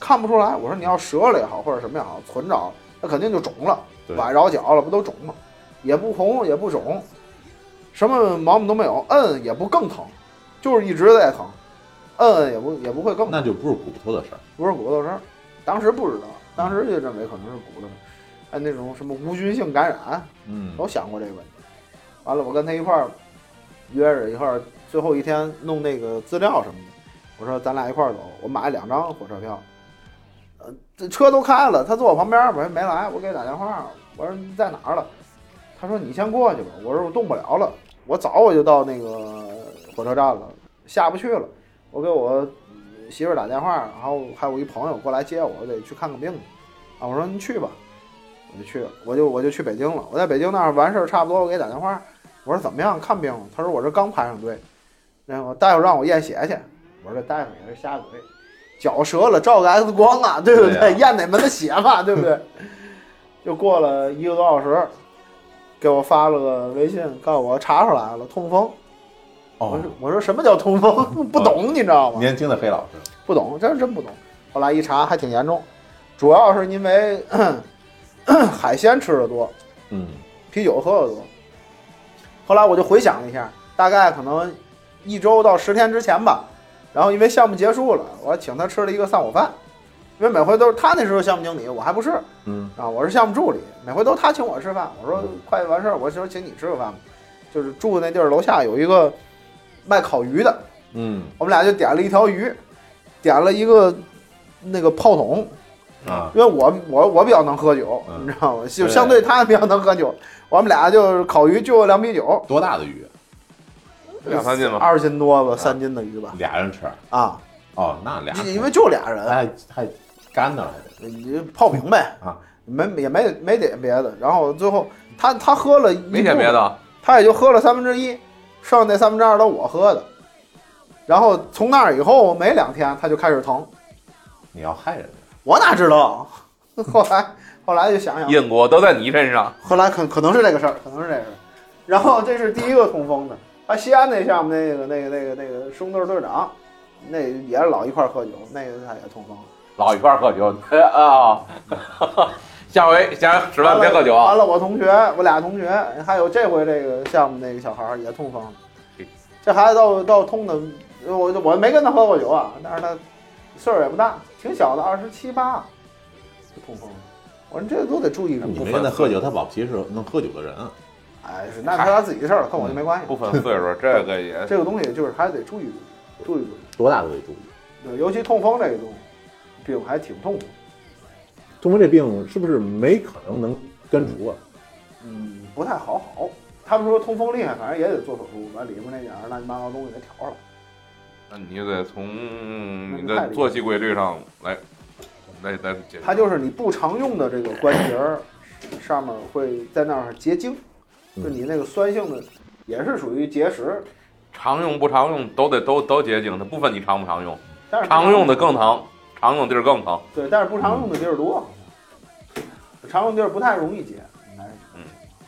S3: 看不出来。我说你要折了也好，或者什么也好，存着那肯定就肿了，
S2: 对
S3: 崴着脚了不都肿吗？也不红也不肿，什么毛病都没有，摁也不更疼，就是一直在疼，摁摁也不也不会更疼，
S2: 那就不是骨头的事儿，
S3: 不是骨头声儿。当时不知道，当时就认为可能是骨头，哎那种什么无菌性感染，
S2: 嗯，
S3: 都想过这个问题。完了，我跟他一块儿约着一块儿，最后一天弄那个资料什么的。我说咱俩一块儿走，我买了两张火车票。呃，这车都开了，他坐我旁边儿，我还没来，我给他打电话，我说你在哪儿了？他说你先过去吧。我说我动不了了，我早我就到那个火车站了，下不去了。我给我媳妇儿打电话，然后还有一朋友过来接我，我得去看个病去。啊，我说您去吧，我就去，我就我就去北京了。我在北京那儿完事儿差不多，我给他打电话，我说怎么样看病了？他说我这刚排上队，然后大夫让我验血去。我说这大夫也是瞎鬼，脚折了照个 X 光啊，对不对？
S2: 对呀
S3: 验哪门子血嘛，对不对？就过了一个多小时，给我发了个微信，告诉我查出来了痛风。我
S2: 哦
S3: 说，我说什么叫痛风？ 不懂，你知道吗？
S2: 年轻的黑老师，
S3: 不懂，这真不懂。后来一查还挺严重，主要是因为咳咳海鲜吃的多，
S2: 嗯，
S3: 啤酒喝的多。后来我就回想了一下，大概可能一周到十天之前吧。然后因为项目结束了，我请他吃了一个散伙饭，因为每回都是他那时候项目经理，我还不是
S2: 嗯，
S3: 啊，我是项目助理，每回都他请我吃饭。我说快完事儿，我说请你吃个饭吧。就是住的那地儿楼下有一个卖烤鱼的，
S2: 嗯，
S3: 我们俩就点了一条鱼，点了一个那个泡筒，
S2: 啊，
S3: 因为我我我比较能喝酒，
S2: 嗯
S3: 你知道吗？就
S2: 对
S3: 相对他比较能喝酒，我们俩就是烤鱼就两米九，
S2: 多大的鱼？
S1: 两三斤吧
S3: 二斤多吧，三斤的鱼吧，
S2: 俩人吃，
S3: 啊，
S2: 哦，那俩人吃，
S3: 因为就俩人，
S2: 还还干呢，还得，
S3: 你就泡饼呗，
S2: 啊，
S3: 没也没没点别的，然后最后他他喝了一
S1: 没点
S3: 部
S1: 别
S3: 分
S1: 的，
S3: 他也就喝了三分之一，剩下那三分之二都我喝的。然后从那以后没两天他就开始疼，
S2: 你要害人家，
S3: 我哪知道？后来后来就想想，
S1: 因果都在你身上，
S3: 后来可可能是这个事儿，可能是这个事儿。然后这是第一个痛风的，啊，西安那项目那个那个那个那个生队队长，那也是老一块儿喝酒，那个他也痛风。
S1: 老一块儿喝酒， 哎啊，下回下回吃饭别喝 酒啊
S3: 完，了，我同学，我俩同学，还有这回这个项目那个小孩儿也痛风了
S1: 嘿，
S3: 这孩子倒倒痛的，我我没跟他喝过酒啊，但是他岁数也不大，挺小的，二十七八，就痛风了。我说这都得注意什
S2: 你
S3: 么？
S2: 没跟他喝酒，他保不齐是能喝酒的人啊，
S3: 哎，是那是他自己的事儿了，跟我就没关系。
S1: 不分岁数，这个也
S3: 这个东西就是还是得注意注意，注意注意。
S2: 多大都得注意。
S3: 对，尤其痛风这个东西，病还挺痛苦。
S2: 中国这病是不是没可能能根除啊？
S3: 嗯，不太好好。他们说痛风厉害，反正也得做手术，把里边那点儿乱七八糟东西给调出来。
S1: 那你就得从你的作息规律上来，来来解
S3: 它
S1: 决。
S3: 就是你不常用的这个关节儿上面
S1: 嗯
S3: 会在那儿结晶，就你那个酸性的也是属于结石，
S1: 常用不常用都得都都洁净，它不分你常不常用，
S3: 但是
S1: 常用的更疼，常用地儿更疼。
S3: 对，但是不常用的地儿多，好像常用地儿不太容易结，应该是。
S1: 嗯，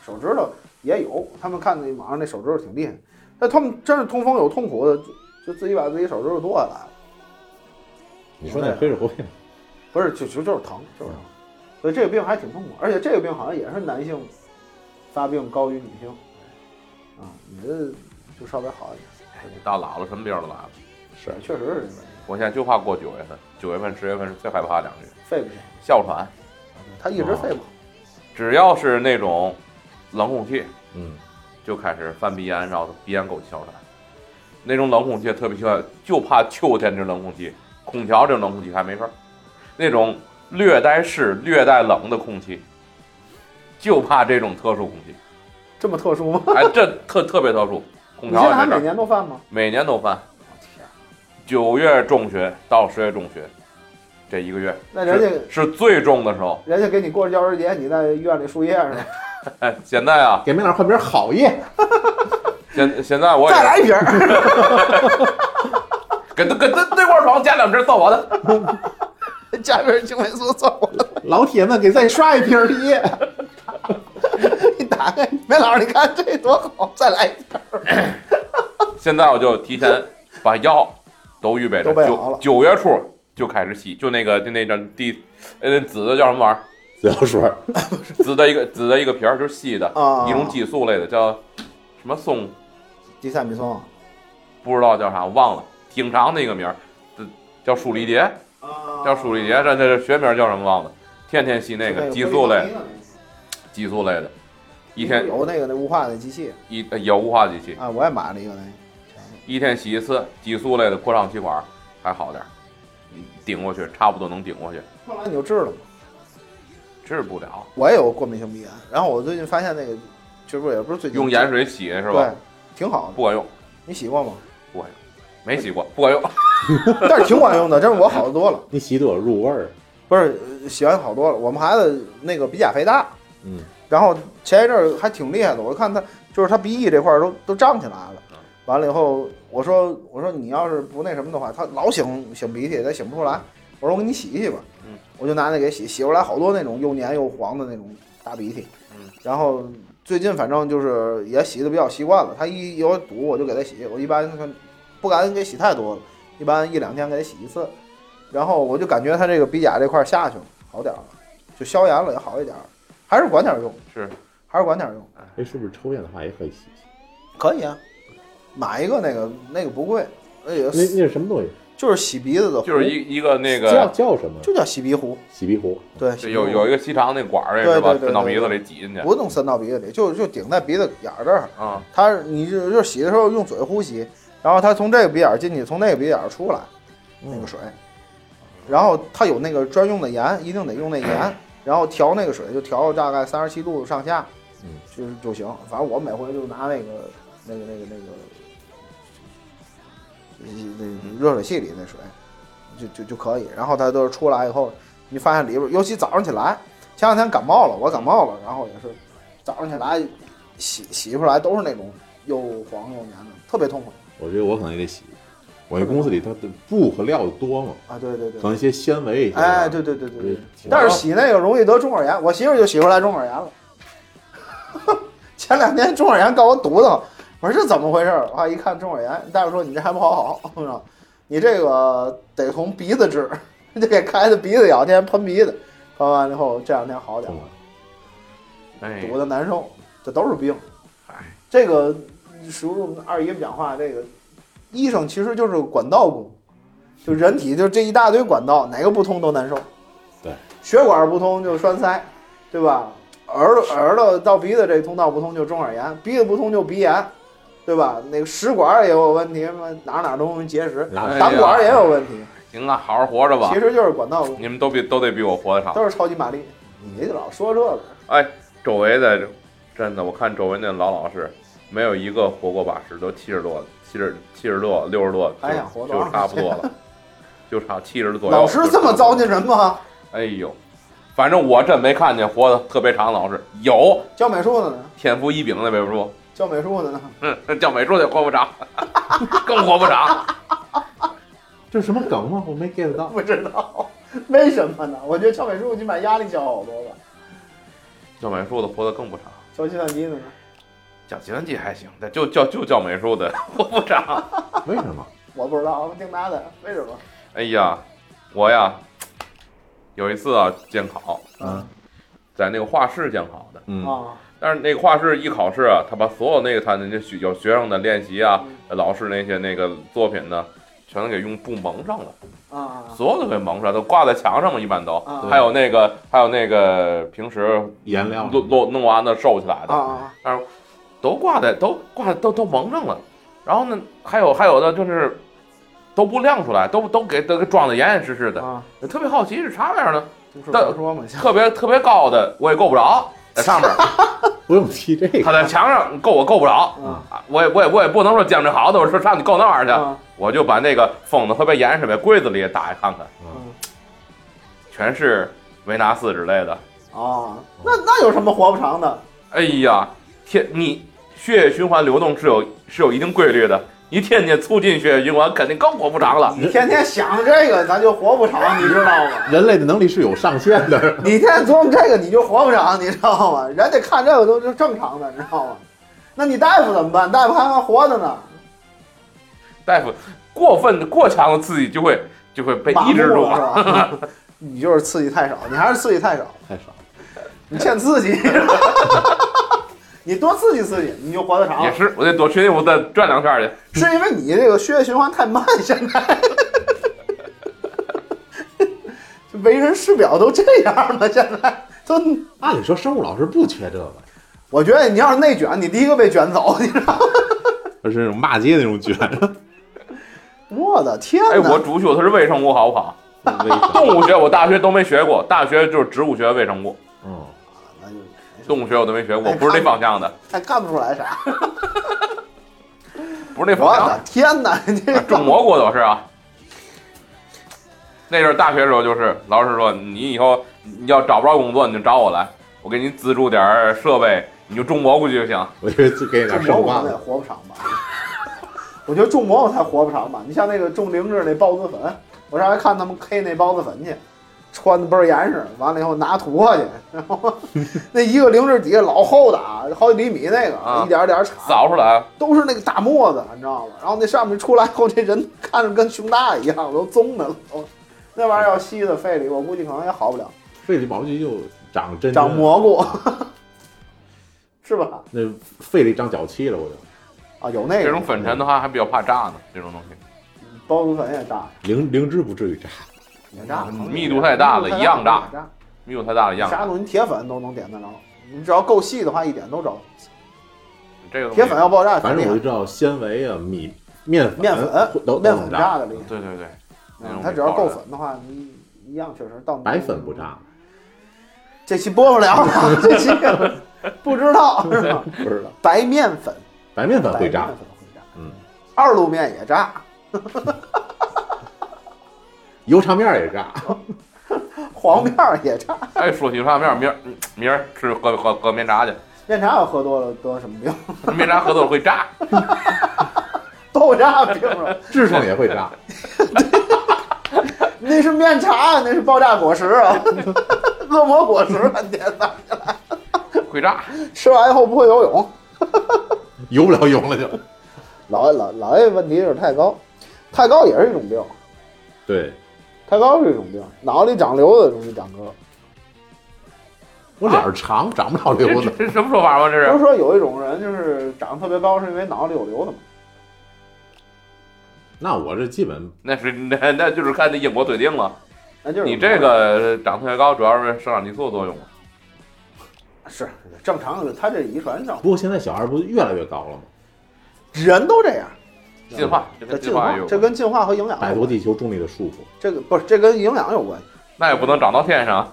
S3: 手指头也有，他们看那网上那手指头挺厉害，但他们真是痛风有痛苦的，就就自己把自己手指头剁下来了，
S2: 你说那黑社会吗？
S3: 不是，就就就是疼，就是疼。所以这个病还挺痛苦，而且这个病好像也是男性发病高于女性，啊，女的就稍微好一点。
S1: 到老了什么病都来了。
S2: 是
S3: 确实是这个问题，
S1: 我现在就怕过九月份，九月份、十月份是最害怕的两个月，
S3: 肺不行，
S1: 哮喘。
S3: 他一直肺不好。
S1: 只要是那种冷空气，
S2: 嗯，
S1: 就开始犯鼻炎，然后鼻炎狗哮喘。那种冷空气特别喜欢，就怕秋天这冷空气，空调这冷空气还没事儿，那种略带湿、略带冷的空气，就怕这种特殊空 气。
S3: 这么特殊吗？
S1: 哎，这特特别特殊，空
S3: 你现在
S1: 调
S3: 还
S1: 也没
S3: 每
S1: 事儿，
S3: 年都犯吗？
S1: 每年都犯。
S3: 我天，
S1: 九月中旬到十月中旬，这一个月
S3: 那哎人家
S1: 是是最重的时候。
S3: 人家给你过教师节，你在医院里输液是吧？
S1: 哎，现在啊，
S2: 给梅老换瓶好液，
S1: 现现在我也
S3: 再来一瓶儿，
S1: 给他给他那块床加两只揍我的，
S3: 加一瓶青霉素算我了。
S2: 老铁们给再刷一瓶 液。
S3: 你打开，梅老师，你看这多好，再来一瓶儿。
S1: 现在我就提前把药都预备着，
S3: 都备好了
S1: 九九月初就开始吸，就那个就那张第呃紫的叫什么玩意儿？
S2: 紫药水，
S1: 紫的一个紫的一个瓶儿，就是细的，
S3: 啊
S1: 一种激素类的，叫什么松，
S3: 地塞米松
S1: 不知道叫啥，我忘了，挺长的一个名儿，这叫舒利蝶。
S3: 啊
S1: 叫鼠李杰，这这这学名叫什么忘了？天天吸那个激素类，，激素类的，一天
S3: 有那个那雾化那机器
S1: 一呃有雾化机器，
S3: 啊，我也买了一个那个。
S1: 一天吸一次激素类的扩张气管，还好点儿，顶过去差不多能顶过去，
S3: 后来你就治了吗？
S1: 治不了，
S3: 我也有过敏性鼻炎，然后我最近发现那个，就是不是也不是最近
S1: 用盐水洗是吧
S3: 对？，挺好的。
S1: 不管用，
S3: 你洗过吗？
S1: 没洗过，不管用。
S3: 但是挺管用的，真是我好得多了。
S2: 你洗多少入味儿？啊
S3: 不是呃洗完好多了。我们孩子那个鼻甲肥大，
S2: 嗯，
S3: 然后前一阵儿还挺厉害的，我看他就是他鼻翼这块儿都都胀起来了。
S1: 嗯
S3: 完了以后，我说我说你要是不那什么的话，他老擤擤鼻涕，他擤不出来。我说我给你洗一洗吧，
S1: 嗯，
S3: 我就拿那给洗，洗出来好多那种又黏又黄的那种大鼻涕，
S1: 嗯，
S3: 然后最近反正就是也洗的比较习惯了，他一有堵我就给他洗，我一般不敢给洗太多了，一般一两天给他洗一次，然后我就感觉他这个鼻甲这块儿下去了，好点儿了，就消炎了也好一点儿，还是管点儿用，
S1: 是
S3: 还是管点儿用，
S2: 哎，是不是抽烟的话也可以洗？
S3: 可以啊，买一个那个那个不贵，那也
S2: 那那是什么东西？
S3: 就是洗鼻子的壶，
S1: 就是一一个那
S2: 叫
S1: 个，
S2: 叫什么？
S3: 就叫洗鼻壶，
S2: 洗鼻壶。
S3: 对，
S1: 就
S3: 洗鼻
S1: 有
S3: 壶
S1: 有一个细长那管儿
S3: 对
S1: 是吧？
S3: 对对
S1: 伸到
S3: 对
S1: 鼻子
S3: 对
S1: 里挤进去
S3: 不弄伸到鼻子里，就就顶在鼻子眼儿这儿。
S1: 啊，
S3: 它你就就洗的时候用嘴呼吸，然后它从这个鼻眼儿进去，从那个鼻眼儿出来，那个水。然后它有那个专用的盐，一定得用那盐，然后调那个水就调大概三十七度上下，
S2: 嗯，
S3: 就是就行。反正我每回就拿那个那个那个那个那那热水器里那水，就就就可以。然后它都是出来以后，你发现里边儿，尤其早上起来，前两天感冒了，我感冒了，然后也是早上起来洗洗出来都是那种又黄又黏的，特别痛苦
S2: 我觉得我可能也得洗。我那公司里它的布和料子多嘛，
S3: 啊！对对
S2: 可
S3: 对，
S2: 能一些纤维。一些
S3: 哎，对对对对对
S2: 对。
S3: 但是洗那个容易得中耳炎，我媳妇儿就洗出来中耳炎了。 前两天中耳炎告我犊子，我说这怎么回事儿？我还一看中耳炎，大夫说你这还不好好，我说你这个得从鼻子治， 得给开的鼻子药，天天喷鼻子，喷完了以后这两天好点
S2: 痛
S3: 儿，
S2: 了。
S1: 哎，
S3: 堵得难受，这都是病。
S1: 哎
S3: 这个属于我们二姨讲话，这个医生其实就是管道工，就人体就这一大堆管道，哪个不通都难受。
S2: 对，
S3: 血管不通就栓塞，对吧？耳朵耳朵到鼻子这通道不通就中耳炎，鼻子不通就鼻炎，对吧？那个食管也有问题，嘛哪儿哪儿都容易结石，
S2: 然后
S1: 哎呀
S3: 胆管也有问题，
S1: 行啊，好好活着吧
S3: 其，实就是管道工，
S1: 你们都比都得比我活得长。
S3: 都是超级玛丽。你老说这个，
S1: 周围的这真的，我看周围那老老实，没有一个活过八十，都七十多了，七十七十多，六十多，就
S3: 还想哎活多
S1: 就
S3: 少
S1: 差不 多了，就差七十左右。
S3: 老师这么糟践人吗？
S1: 哎呦，反正我真没看见活得特别长的老师，有
S3: 教美术的呢？
S1: 天赋异禀的，比如说
S3: 教美术的呢？
S1: 嗯，叫美术得活不长，更活不长。
S2: 这是什么梗吗？我没 get 到。
S3: 不知道，为什么呢？我觉得教美术你把压力小好多吧。
S1: 叫美术的活得更不长，
S3: 教计算机的呢？
S1: 讲计算机还行，但就叫就叫美术的 活不长。
S2: 为什么？
S3: 我不知道，我听他的。为什么？
S1: 哎呀，我呀，有一次啊监考，
S2: 啊
S1: 在那个画室监考的，
S2: 嗯
S3: 啊，
S1: 但是那个画室一考试啊，他把所有那个他那些学有学生的练习啊，
S3: 嗯
S1: 老师那些那个作品呢，全都给用布蒙上了，
S3: 啊
S1: 所有都给蒙上，都挂在墙上嘛，一般都。
S3: 啊
S1: 还有那个，还有那个平时
S2: 颜料
S1: 弄弄弄完的收起来的，
S3: 啊
S1: 都挂在都挂在都都蒙上了。然后呢，还有还有的就是都不亮出来，都都给都给装的严严实实的。
S3: 啊！
S1: 特别好奇是啥玩意儿呢？
S3: 都市传说嘛，啊像
S1: 特别特别高的我也够不着，在上面，
S2: 不用提这个
S1: 他。在墙上够我够不着，
S3: 啊
S1: 啊我也我也我也不能说降这好的，我说上去够那玩意儿去，
S3: 啊
S1: 我就把那个封的特别严实的柜子里也打开看看，
S3: 嗯
S1: 全是维纳斯之类的。
S3: 啊！那那有什么活不长的？
S1: 哎呀，天，你血液循环流动是有是有一定规律的，你天天促进血液循环，肯定更活不长了。
S3: 你天天想着这个，咱就活不长，你知 道
S1: 嗯
S3: 吗？
S2: 人类的能力是有上限的。
S3: 你天天琢磨这个，你就活不长，你知道吗？人家看这个都是正常的，你知道吗？那你大夫怎么办？大夫还还活着呢，
S1: 大夫过分的过强的刺激就会就会被
S3: 麻
S1: 抑
S3: 木
S1: 制住。
S3: 了是吧？ 你就是刺激太少，你还是刺激太少，
S2: 太少，
S3: 你欠刺激。 你多刺激刺激，你就活得长
S1: 也。是，我得多去那屋再转两圈去。
S3: 是因为你这个血液循环太慢，现在。就为人师表都这样了，现在都，
S2: 按理说生物老师不缺这个，
S3: 我觉得你要是内卷，你第一个被卷走， 你知道吗？
S2: 而是那种骂街那种卷，
S3: 我的天
S1: 哎，
S3: 哪！
S1: 我主修的是微生物，好不 好？
S2: 为啥？
S1: 动物学我大学都没学过，大学就是植物学、微生物，
S2: 嗯，
S3: 那就
S1: 动物学我都没学过，
S3: 哎
S1: 不是那方向的，
S3: 还看不出来啥。
S1: 不是那
S3: 我
S1: 方向
S3: 的
S1: 的。
S3: 天哪！你这
S1: 哎 种蘑菇都是啊。那阵儿大学时候就是，老师说你以后你要找不着工作，你就找我来，我给你资助点儿设备，你就种蘑菇就行。
S2: 我觉得给你点
S3: 种
S2: 圣
S3: 蘑
S2: 棒
S3: 菇也。活不长吧？我觉得种蘑菇才活不长吧。你像那个种灵芝那孢子粉，我上回看他们 K 那孢子粉去，穿的倍儿严实，完了以后拿土过去，然 后那一个灵芝底下老厚的啊，好几厘米那个，
S1: 啊
S3: 一点儿一点儿铲，
S1: 扫出来，
S3: 都是那个大沫子，你知道吗？然后那上面出来后，这人看着跟熊大一样，都棕的了。都那玩意儿要吸的肺里，我估计可能也好不了，
S2: 肺里保不齐就长真
S3: 长蘑菇 是吧？
S2: 那肺里长脚气了，我就
S3: 啊，有那个
S1: 这种粉尘的话还比较怕炸呢，这种东西
S3: 包子粉也炸，
S2: 灵灵芝不至于炸。
S3: 也炸，
S1: 嗯密度太大了一样炸
S3: 炸。
S1: 密度太大了，一样
S3: 啥东西铁粉都能点得着，你只要够细的话，一点都着。
S1: 这个东西
S3: 铁粉啊要爆炸，
S2: 反
S3: 肯
S2: 正
S3: 定
S2: 我就知道纤维啊、米、面粉、
S3: 面粉
S2: 都
S3: 面
S2: 都
S3: 粉
S2: 能炸，
S3: 炸的厉害。
S1: 对对对，那种给
S3: 嗯它只要
S1: 嗯爆
S3: 够
S1: 炸
S3: 粉的话，你一样确实到
S2: 白粉不。炸，
S3: 这期播不了了，这期不知 道是吧？
S2: 不知道
S3: 白面粉，
S2: 白面粉
S3: 白
S2: 会
S3: 面
S2: 炸
S3: 粉，会炸，
S2: 嗯，
S3: 二路面也炸，
S2: 油肠面也炸，
S3: 黄面儿也炸。
S1: 哎，说起上面，明儿明儿吃喝喝喝面炸去，
S3: 面茶要喝多了得什么病？
S1: 面炸喝多了会炸。
S3: 爆炸病了。
S2: 痔疮也会炸，
S3: 那是面茶，那是爆炸果实啊， 恶魔果实啊！天哪，
S1: 会 炸，
S3: 吃完以后不会游泳。
S2: 游不了泳了就。
S3: 老老老爷问题就是太高，太高也是一种病，
S2: 对，
S3: 太高是一种病，脑里长瘤子容易长疙。
S2: 我脸儿长，长不了
S1: 这
S2: 瘤
S1: 这
S2: 子。
S1: 这什么说法吗？这
S3: 都
S1: 是
S3: 说有一种人就是长得特别高，是因为脑里有瘤子嘛。
S2: 那我这基本
S1: 那是那那就是看那英国推定了。
S3: 那就是
S1: 你这个长特别高，主要是生长激素作用。
S3: 是正常的，他这遗传上
S2: 不过现在小孩不越来越高了吗？
S3: 人都这样，
S1: 进化，这
S3: 这
S1: 跟
S3: 进
S1: 进
S3: 化
S1: 化有，
S3: 这跟进化和营养
S2: 摆
S3: 有
S2: 脱
S3: 关
S2: 地球重力的束缚。
S3: 这个不是这跟营养有关系。
S1: 那也不能长到天上，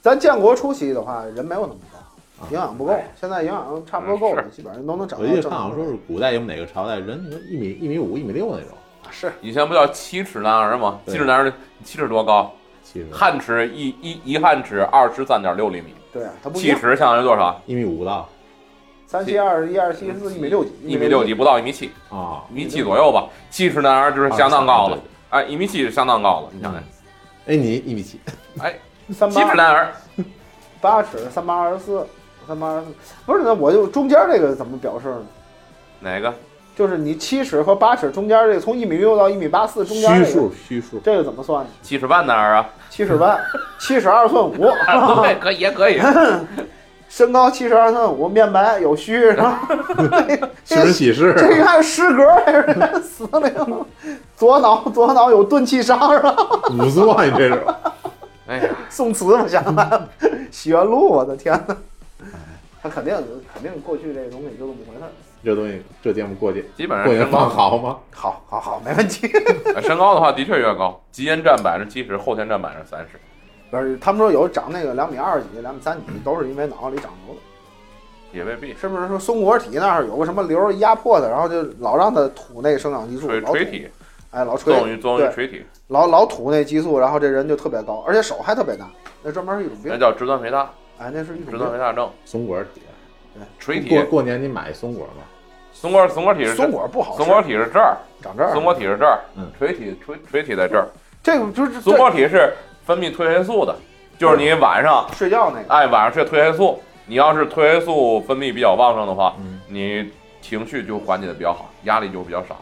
S3: 咱建国初期的话，人没有那么高
S2: 啊，哎
S3: 营养不够。现在营养差不多够了，
S1: 哎嗯
S3: 基本上都能长
S2: 我
S3: 到
S2: 记得
S3: 正
S2: 看好
S3: 常
S2: 像说是古代有哪个朝代人一米一米五、一米六那种，
S3: 是
S1: 以前不叫七尺男儿吗？
S2: 对
S1: 七尺男儿，七尺多高？
S2: 其实
S1: 汉尺一一一汉尺二十三点六厘米，
S3: 对啊，它不一
S1: 七
S3: 样。
S1: 尺相当于多少？
S2: 一米五到
S3: 三七二十一二十七四一米六几，
S1: 一米六几不到一米七，
S2: 啊，
S1: 一米七左右吧。七尺男儿就是相当高了，哎，一米七是相当高了。你想想，
S2: 哎，你一米七，
S1: 哎，
S3: 三
S1: 七尺
S3: 八
S1: 男儿，
S3: 八尺三八二十四，三八二十四不是那我就中间这个怎么表示呢？
S1: 哪个？
S3: 就是你七尺和八尺中间这个，从一米六到一米八四中间
S2: 虚
S3: 这个，
S2: 数虚数，
S3: 这个怎么算呢？
S1: 七尺半男儿啊？
S3: 七尺半，七十二寸五，
S1: 对，可以也可以。
S3: 身高七十二寸五，面白有须，然后
S2: 虚人喜事，
S3: 这个还有失格，还有人死灵，左脑左脑有钝器伤是吧？
S2: 仵作啊你这是，
S1: 哎呀，
S3: 宋词我想来了，洗冤录，我的天哪！他肯定肯定过去这东西就这么回事儿。
S2: 这东西这节目过去
S1: 基本上
S2: 过去
S1: 身高，
S2: 放好吗？
S3: 好，好，好，没问题。
S1: 哎身高的话的确越高，极限占百分之七十，后天占百分之三十。
S3: 不是，他们说有长那个两米二十几、两米三几，都是因为脑子里长瘤子。
S1: 也未必。
S3: 是不是说松果体那儿有个什么瘤儿压迫的，然后就老让他吐那生长激素，
S1: 垂
S3: 老吐
S1: 垂，体，
S3: 哎，老
S1: 作用于
S3: 吹，
S1: 作用于
S3: 对
S1: 垂体，
S3: 老老吐那激素，然后这人就特别高，而且手还特别大，那专门是一种病
S1: 那，叫直端肥大，
S3: 哎，那是一种
S1: 直端
S3: 病。
S1: 肥大症。
S2: 松果体，
S1: 垂体
S2: 过，过年你买松果吗？
S1: 松果松果体是这
S3: 松果不好吃，
S1: 松果体是这儿，
S3: 长这儿，
S1: 松果体是这儿
S2: 嗯，
S1: 垂体垂垂体在这儿，
S3: 这个就是
S1: 松
S3: 这
S1: 果体是分泌褪黑素的，就是
S3: 嗯
S1: 你晚上
S3: 睡觉那个，
S1: 哎晚上睡褪黑素，你要是褪黑素分泌比较旺盛的话，
S2: 嗯，
S1: 你情绪就缓解的比较好，压力就比较少。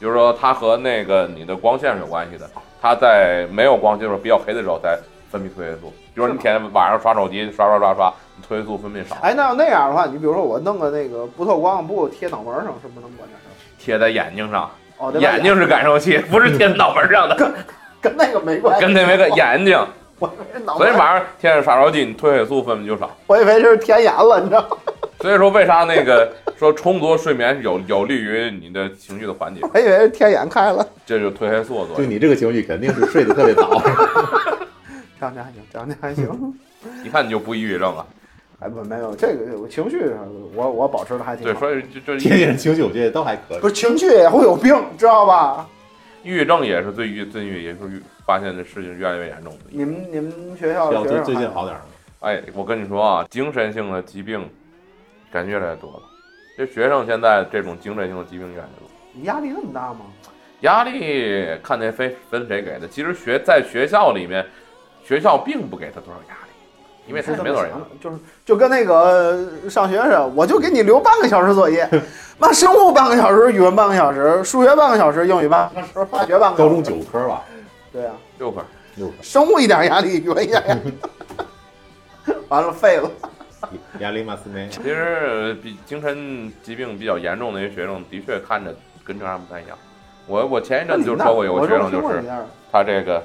S1: 就是说，它和那个你的光线是有关系的。它在没有光，就是比较黑的时候才分泌褪黑素。比如说你天天晚上刷手机，刷刷刷刷，你褪黑素分泌少，
S3: 哎，那要那样的话，你比如说我弄个那个不透光布贴脑门儿上，是不是能管点事儿？
S1: 贴在眼睛上，
S3: 哦，对吧
S1: 眼睛是感受 器，不是贴脑门上的，
S3: 跟哦那个没关系，
S1: 跟那没个眼睛。
S3: 我以为是脑
S1: 所
S3: 门
S1: 以
S3: 儿，
S1: 晚上天天刷手机，你褪黑素分泌就少。
S3: 我以为这是天眼了，你知道吗？
S1: 所以说，为啥那 个说充足的睡眠有有利于你的情绪的缓解？
S3: 我以为是天眼开了。
S1: 这就是褪黑素的作
S2: 就
S1: 用。
S2: 你这个情绪肯定是睡得特别早，
S3: 这两天还行，这两天还行。
S1: 一看你就不抑郁症了。
S3: 哎，不，没有这个我情绪上，我我保持的还挺
S1: 对，
S3: 好。
S1: 所以 就就
S2: 天天情绪我觉得都还可以
S3: 不。是情绪也会有病，知道吧？
S1: 抑郁症也是最郁最郁，也是郁发现这事情越来越严重的。
S3: 你们你们学校
S2: 要
S3: 哦学
S2: 啊最
S3: 生啊
S2: 最近
S3: 还
S2: 好点儿吗？
S1: 哎，我跟你说啊，精神性的疾病感觉越来越多了。这学生现在这种精神性的疾病越来越多，
S3: 你压力那么大吗？
S1: 压力看那分分谁给的。其实学在学校里面，学校并不给他多少压力，因为他也
S3: 是这
S1: 没
S3: 么
S1: 多少压
S3: 想
S1: 力
S3: 的。，就是就跟那个呃上学似的，我就给你留半个小时 作业，那生物半个小时，语文半个小时，数学半个小时，英语半个小时，化学半个小
S2: 高中
S3: 时。
S2: 九科吧，
S3: 对啊，
S1: 六分。
S2: 六科，
S3: 生物一点压力，语文一点压力， 完了废了。
S2: 亚历马斯内，
S1: 其实比精神疾病比较严重的一些学生，的确看着跟正常人不太一样。我我前一阵子就说过有个学生，
S3: 我
S1: 就
S3: 听过
S1: 是
S3: 你那儿
S1: 他这个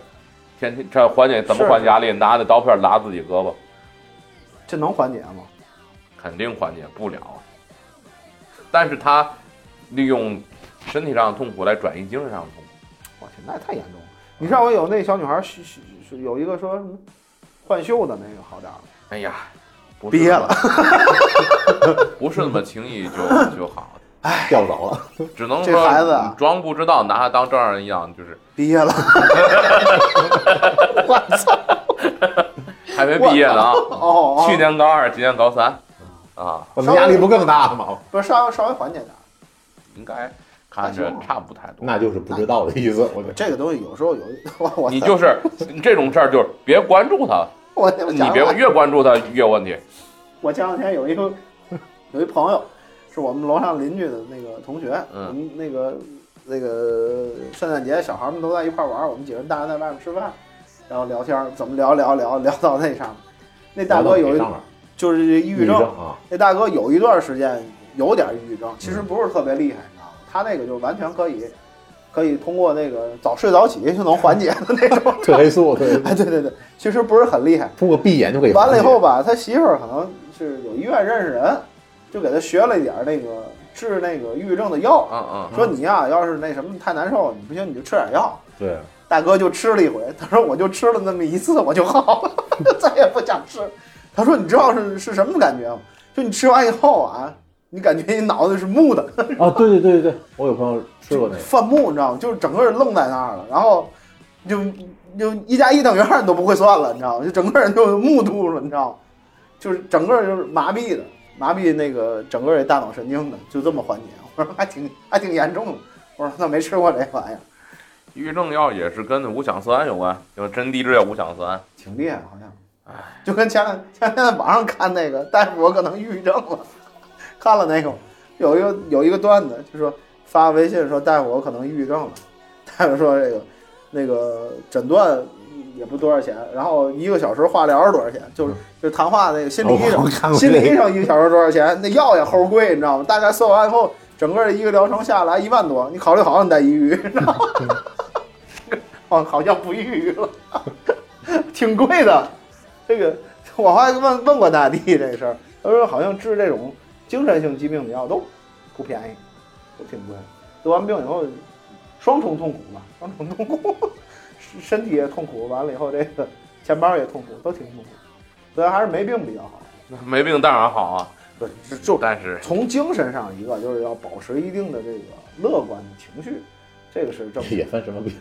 S1: 天天这缓解怎么
S3: 是
S1: 缓解压力，拿着刀片拉自己胳膊，
S3: 这能缓解吗？
S1: 肯定缓解不了。但是他利用身体上的痛苦来转移精神上的痛苦，
S3: 我去，那也太严重了。你知道我有那小女孩儿是是是有一个说什么换袖的那个好点儿了，
S1: 哎呀，不是
S3: 毕业了，
S1: 不是那么轻易就就好，
S3: 哎
S2: 调走了，
S1: 只能
S3: 这孩子
S1: 说
S3: 啊
S1: 你装不知道，拿他当正常人一样，就是
S3: 毕业了。我操！
S1: 还没毕业呢啊，
S3: 哦，哦
S1: 去年高二，今年高三，啊。
S2: 我们压力不更大吗？
S3: 不是稍微稍微缓解点儿。
S1: 应该看
S3: 哎
S1: 着差不太多。
S2: 那就是不知道的意思，我觉得。
S3: 这个东西有时候有 我我
S1: 你就是你这种事儿，就是别关注他，
S3: 我我
S1: 你
S3: 讲
S1: 别
S3: 了
S1: 越关注他越有问题。
S3: 我前两天有一 个有一朋友，是我们楼上邻居的那个同学，
S1: 嗯
S3: 我们那个那个圣诞节小孩们都在一块玩，我们几个人大人在外面吃饭，然后聊天，怎么聊聊聊聊到那上面，那大哥有一
S2: 上面
S3: 就是抑
S2: 抑
S3: 郁症，
S2: 啊，
S3: 那大哥有一段时间有点抑郁症，其实不是特别厉害，你知道吗？他那个就完全可以。可以通过那个早睡早起就能缓解的那种，
S2: 褪黑素，褪黑素
S3: 哎，对对对，其实不是很厉害，
S2: 通过闭眼就可以。
S3: 完了以后，吧，他媳妇儿可能是有医院认识人，就给他学了一点儿那个治那个抑郁症的药，
S1: 嗯嗯，
S3: 说你呀、要是那什么太难受，你不行你就吃点药。
S2: 对，
S3: 大哥就吃了一回，他说我就吃了那么一次我就好了， 再也不想吃。他说你知道是是什么感觉吗？就你吃完以后啊，你感觉你脑子是木的，
S2: 啊，对对对对对，我有朋友吃过那个，
S3: 犯木，你知道吗？就是整个人愣在那儿了，然后就就一加一等于二你都不会算了，你知道吗？就整个人就木度了，你知道吗？就是整个就是麻痹的。麻痹那个整个这大脑神经的，就这么缓解。我说还挺还挺严重的。我说那没吃过这玩意儿，
S1: 抑郁症药也是跟五羟色胺有关，有真地质叫五羟色胺。
S3: 挺厉害好像。就跟前两前两天在网上看那个大夫，我可能抑郁症了，看了那个有一个有一个段子，就说发微信说大夫我可能抑郁症 了，大夫说这个那个诊断也不多少钱，然后一个小时化疗是多少钱？就是就是谈话那个心理医
S2: 嗯哦我
S3: 生，
S2: 看过
S3: 心
S2: 这
S3: 理医
S2: 个，
S3: 生一个小时多少钱？那药也齁贵，你知道吗？大概算完以后，整个一个疗程下来一万多，你考虑好你再抑郁， 你知道吗？ 哦，好像不抑郁了， 挺贵的。这个我还问问过大地这事儿，他说好像治这种精神性疾病的药都不便宜，都挺贵。得完病以后，双重痛苦吧，双重痛苦，身身体也痛苦，完了以后这个钱包也痛苦，都挺痛苦。所以还是没病比较好。
S1: 没病当然好啊，
S3: 对，就就
S1: 但是
S3: 从精神上一个就是要保持一定的这个乐观的情绪，这个是正确
S2: 也
S3: 的。
S2: 分什么病，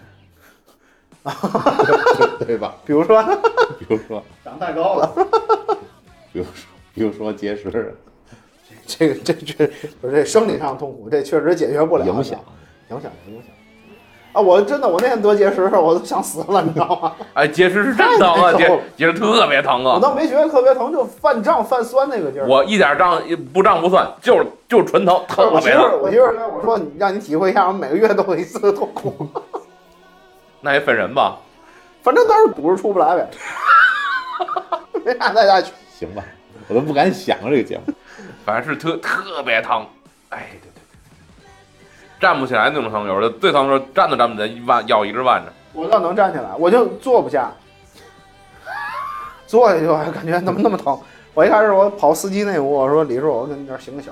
S2: 对吧？
S3: 比如说
S2: 比如说，
S3: 长太高了，
S2: 比如说，比如说结石，
S3: 这个这这不是这生理上痛苦，这确实解决不了，
S2: 影响，
S3: 影响影响。啊，我真的我那天得结石，我都想死了，你知道吗？
S1: 哎，结石是真疼啊，
S3: 太难受
S1: 结
S3: 了
S1: 结石特别疼
S3: 我
S1: 啊。
S3: 倒没觉得特别疼，就犯胀、犯酸那个劲儿。
S1: 我一点胀不胀不算，就是就是纯疼，
S3: 不是
S1: 特
S3: 我媳
S1: 别
S3: 妇
S1: 疼。
S3: 儿，我媳妇儿跟我说，你让你体会一下，我每个月都有一次的痛苦，
S1: 那也分人吧，
S3: 反正当时堵着出不来呗， 没啥太大区别
S2: 行吧？我都不敢想这个节目。
S1: 反正是特特别疼。哎，对对对，站不起来那种疼，有的最疼的时候站都站不起来，一弯腰一直弯着。
S3: 我要能站起来，我就坐不下，坐下去我还感觉怎么那么疼。我一开始我跑司机那屋，我说李叔，我跟你这儿行个宿，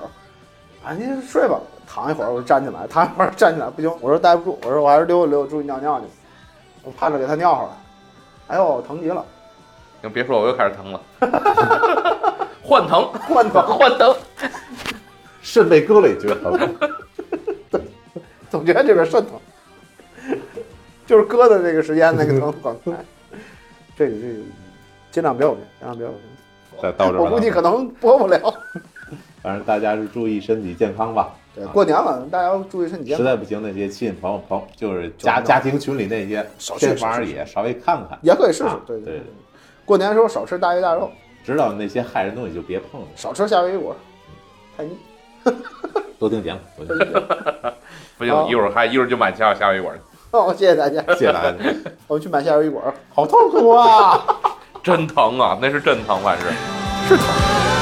S3: 啊，您睡吧，躺一会儿，我站起来，躺一会儿站起来不行，我说待不住，我说我还是溜达溜达出去尿尿去，我盼着给他尿上来。哎呦，疼极了，
S1: 行，别说，我又开始疼了， 换疼，
S3: 换疼，
S1: 换疼。
S2: 肾被割了也觉得 疼，
S3: 总觉得这边肾疼，就是疙瘩这个时间那个疼很快。这个这个，尽量别有病，尽量别有病。
S2: 再到这儿
S3: 我
S2: 吧
S3: 估计可能播不
S2: 啊
S3: 了。
S2: 反正大家是注意身体健康吧。
S3: 对，
S2: 啊
S3: 过年了，大家要注意身体健
S2: 实
S3: 康，
S2: 在不行，那些亲戚朋友朋友就是家
S3: 就
S2: 家庭群里那些，
S3: 少去
S2: 这玩意
S3: 少
S2: 儿
S3: 去
S2: 也稍微看看，
S3: 也可以试试
S2: 啊。
S3: 对
S2: 对
S3: 对，过年的时候少吃大鱼大肉，
S2: 知道那些害人东西就别碰了，
S3: 少吃夏威夷果，太腻。
S2: 多听节目， 多听节目。
S1: 不行
S3: 好，
S1: 一会儿还一会儿就买下下一碗，
S3: 好，哦谢谢大家，
S2: 谢谢大家。
S3: 我们去买夏威夷果，好痛苦啊！
S1: 真疼啊，那是真疼，反正。
S3: 是疼。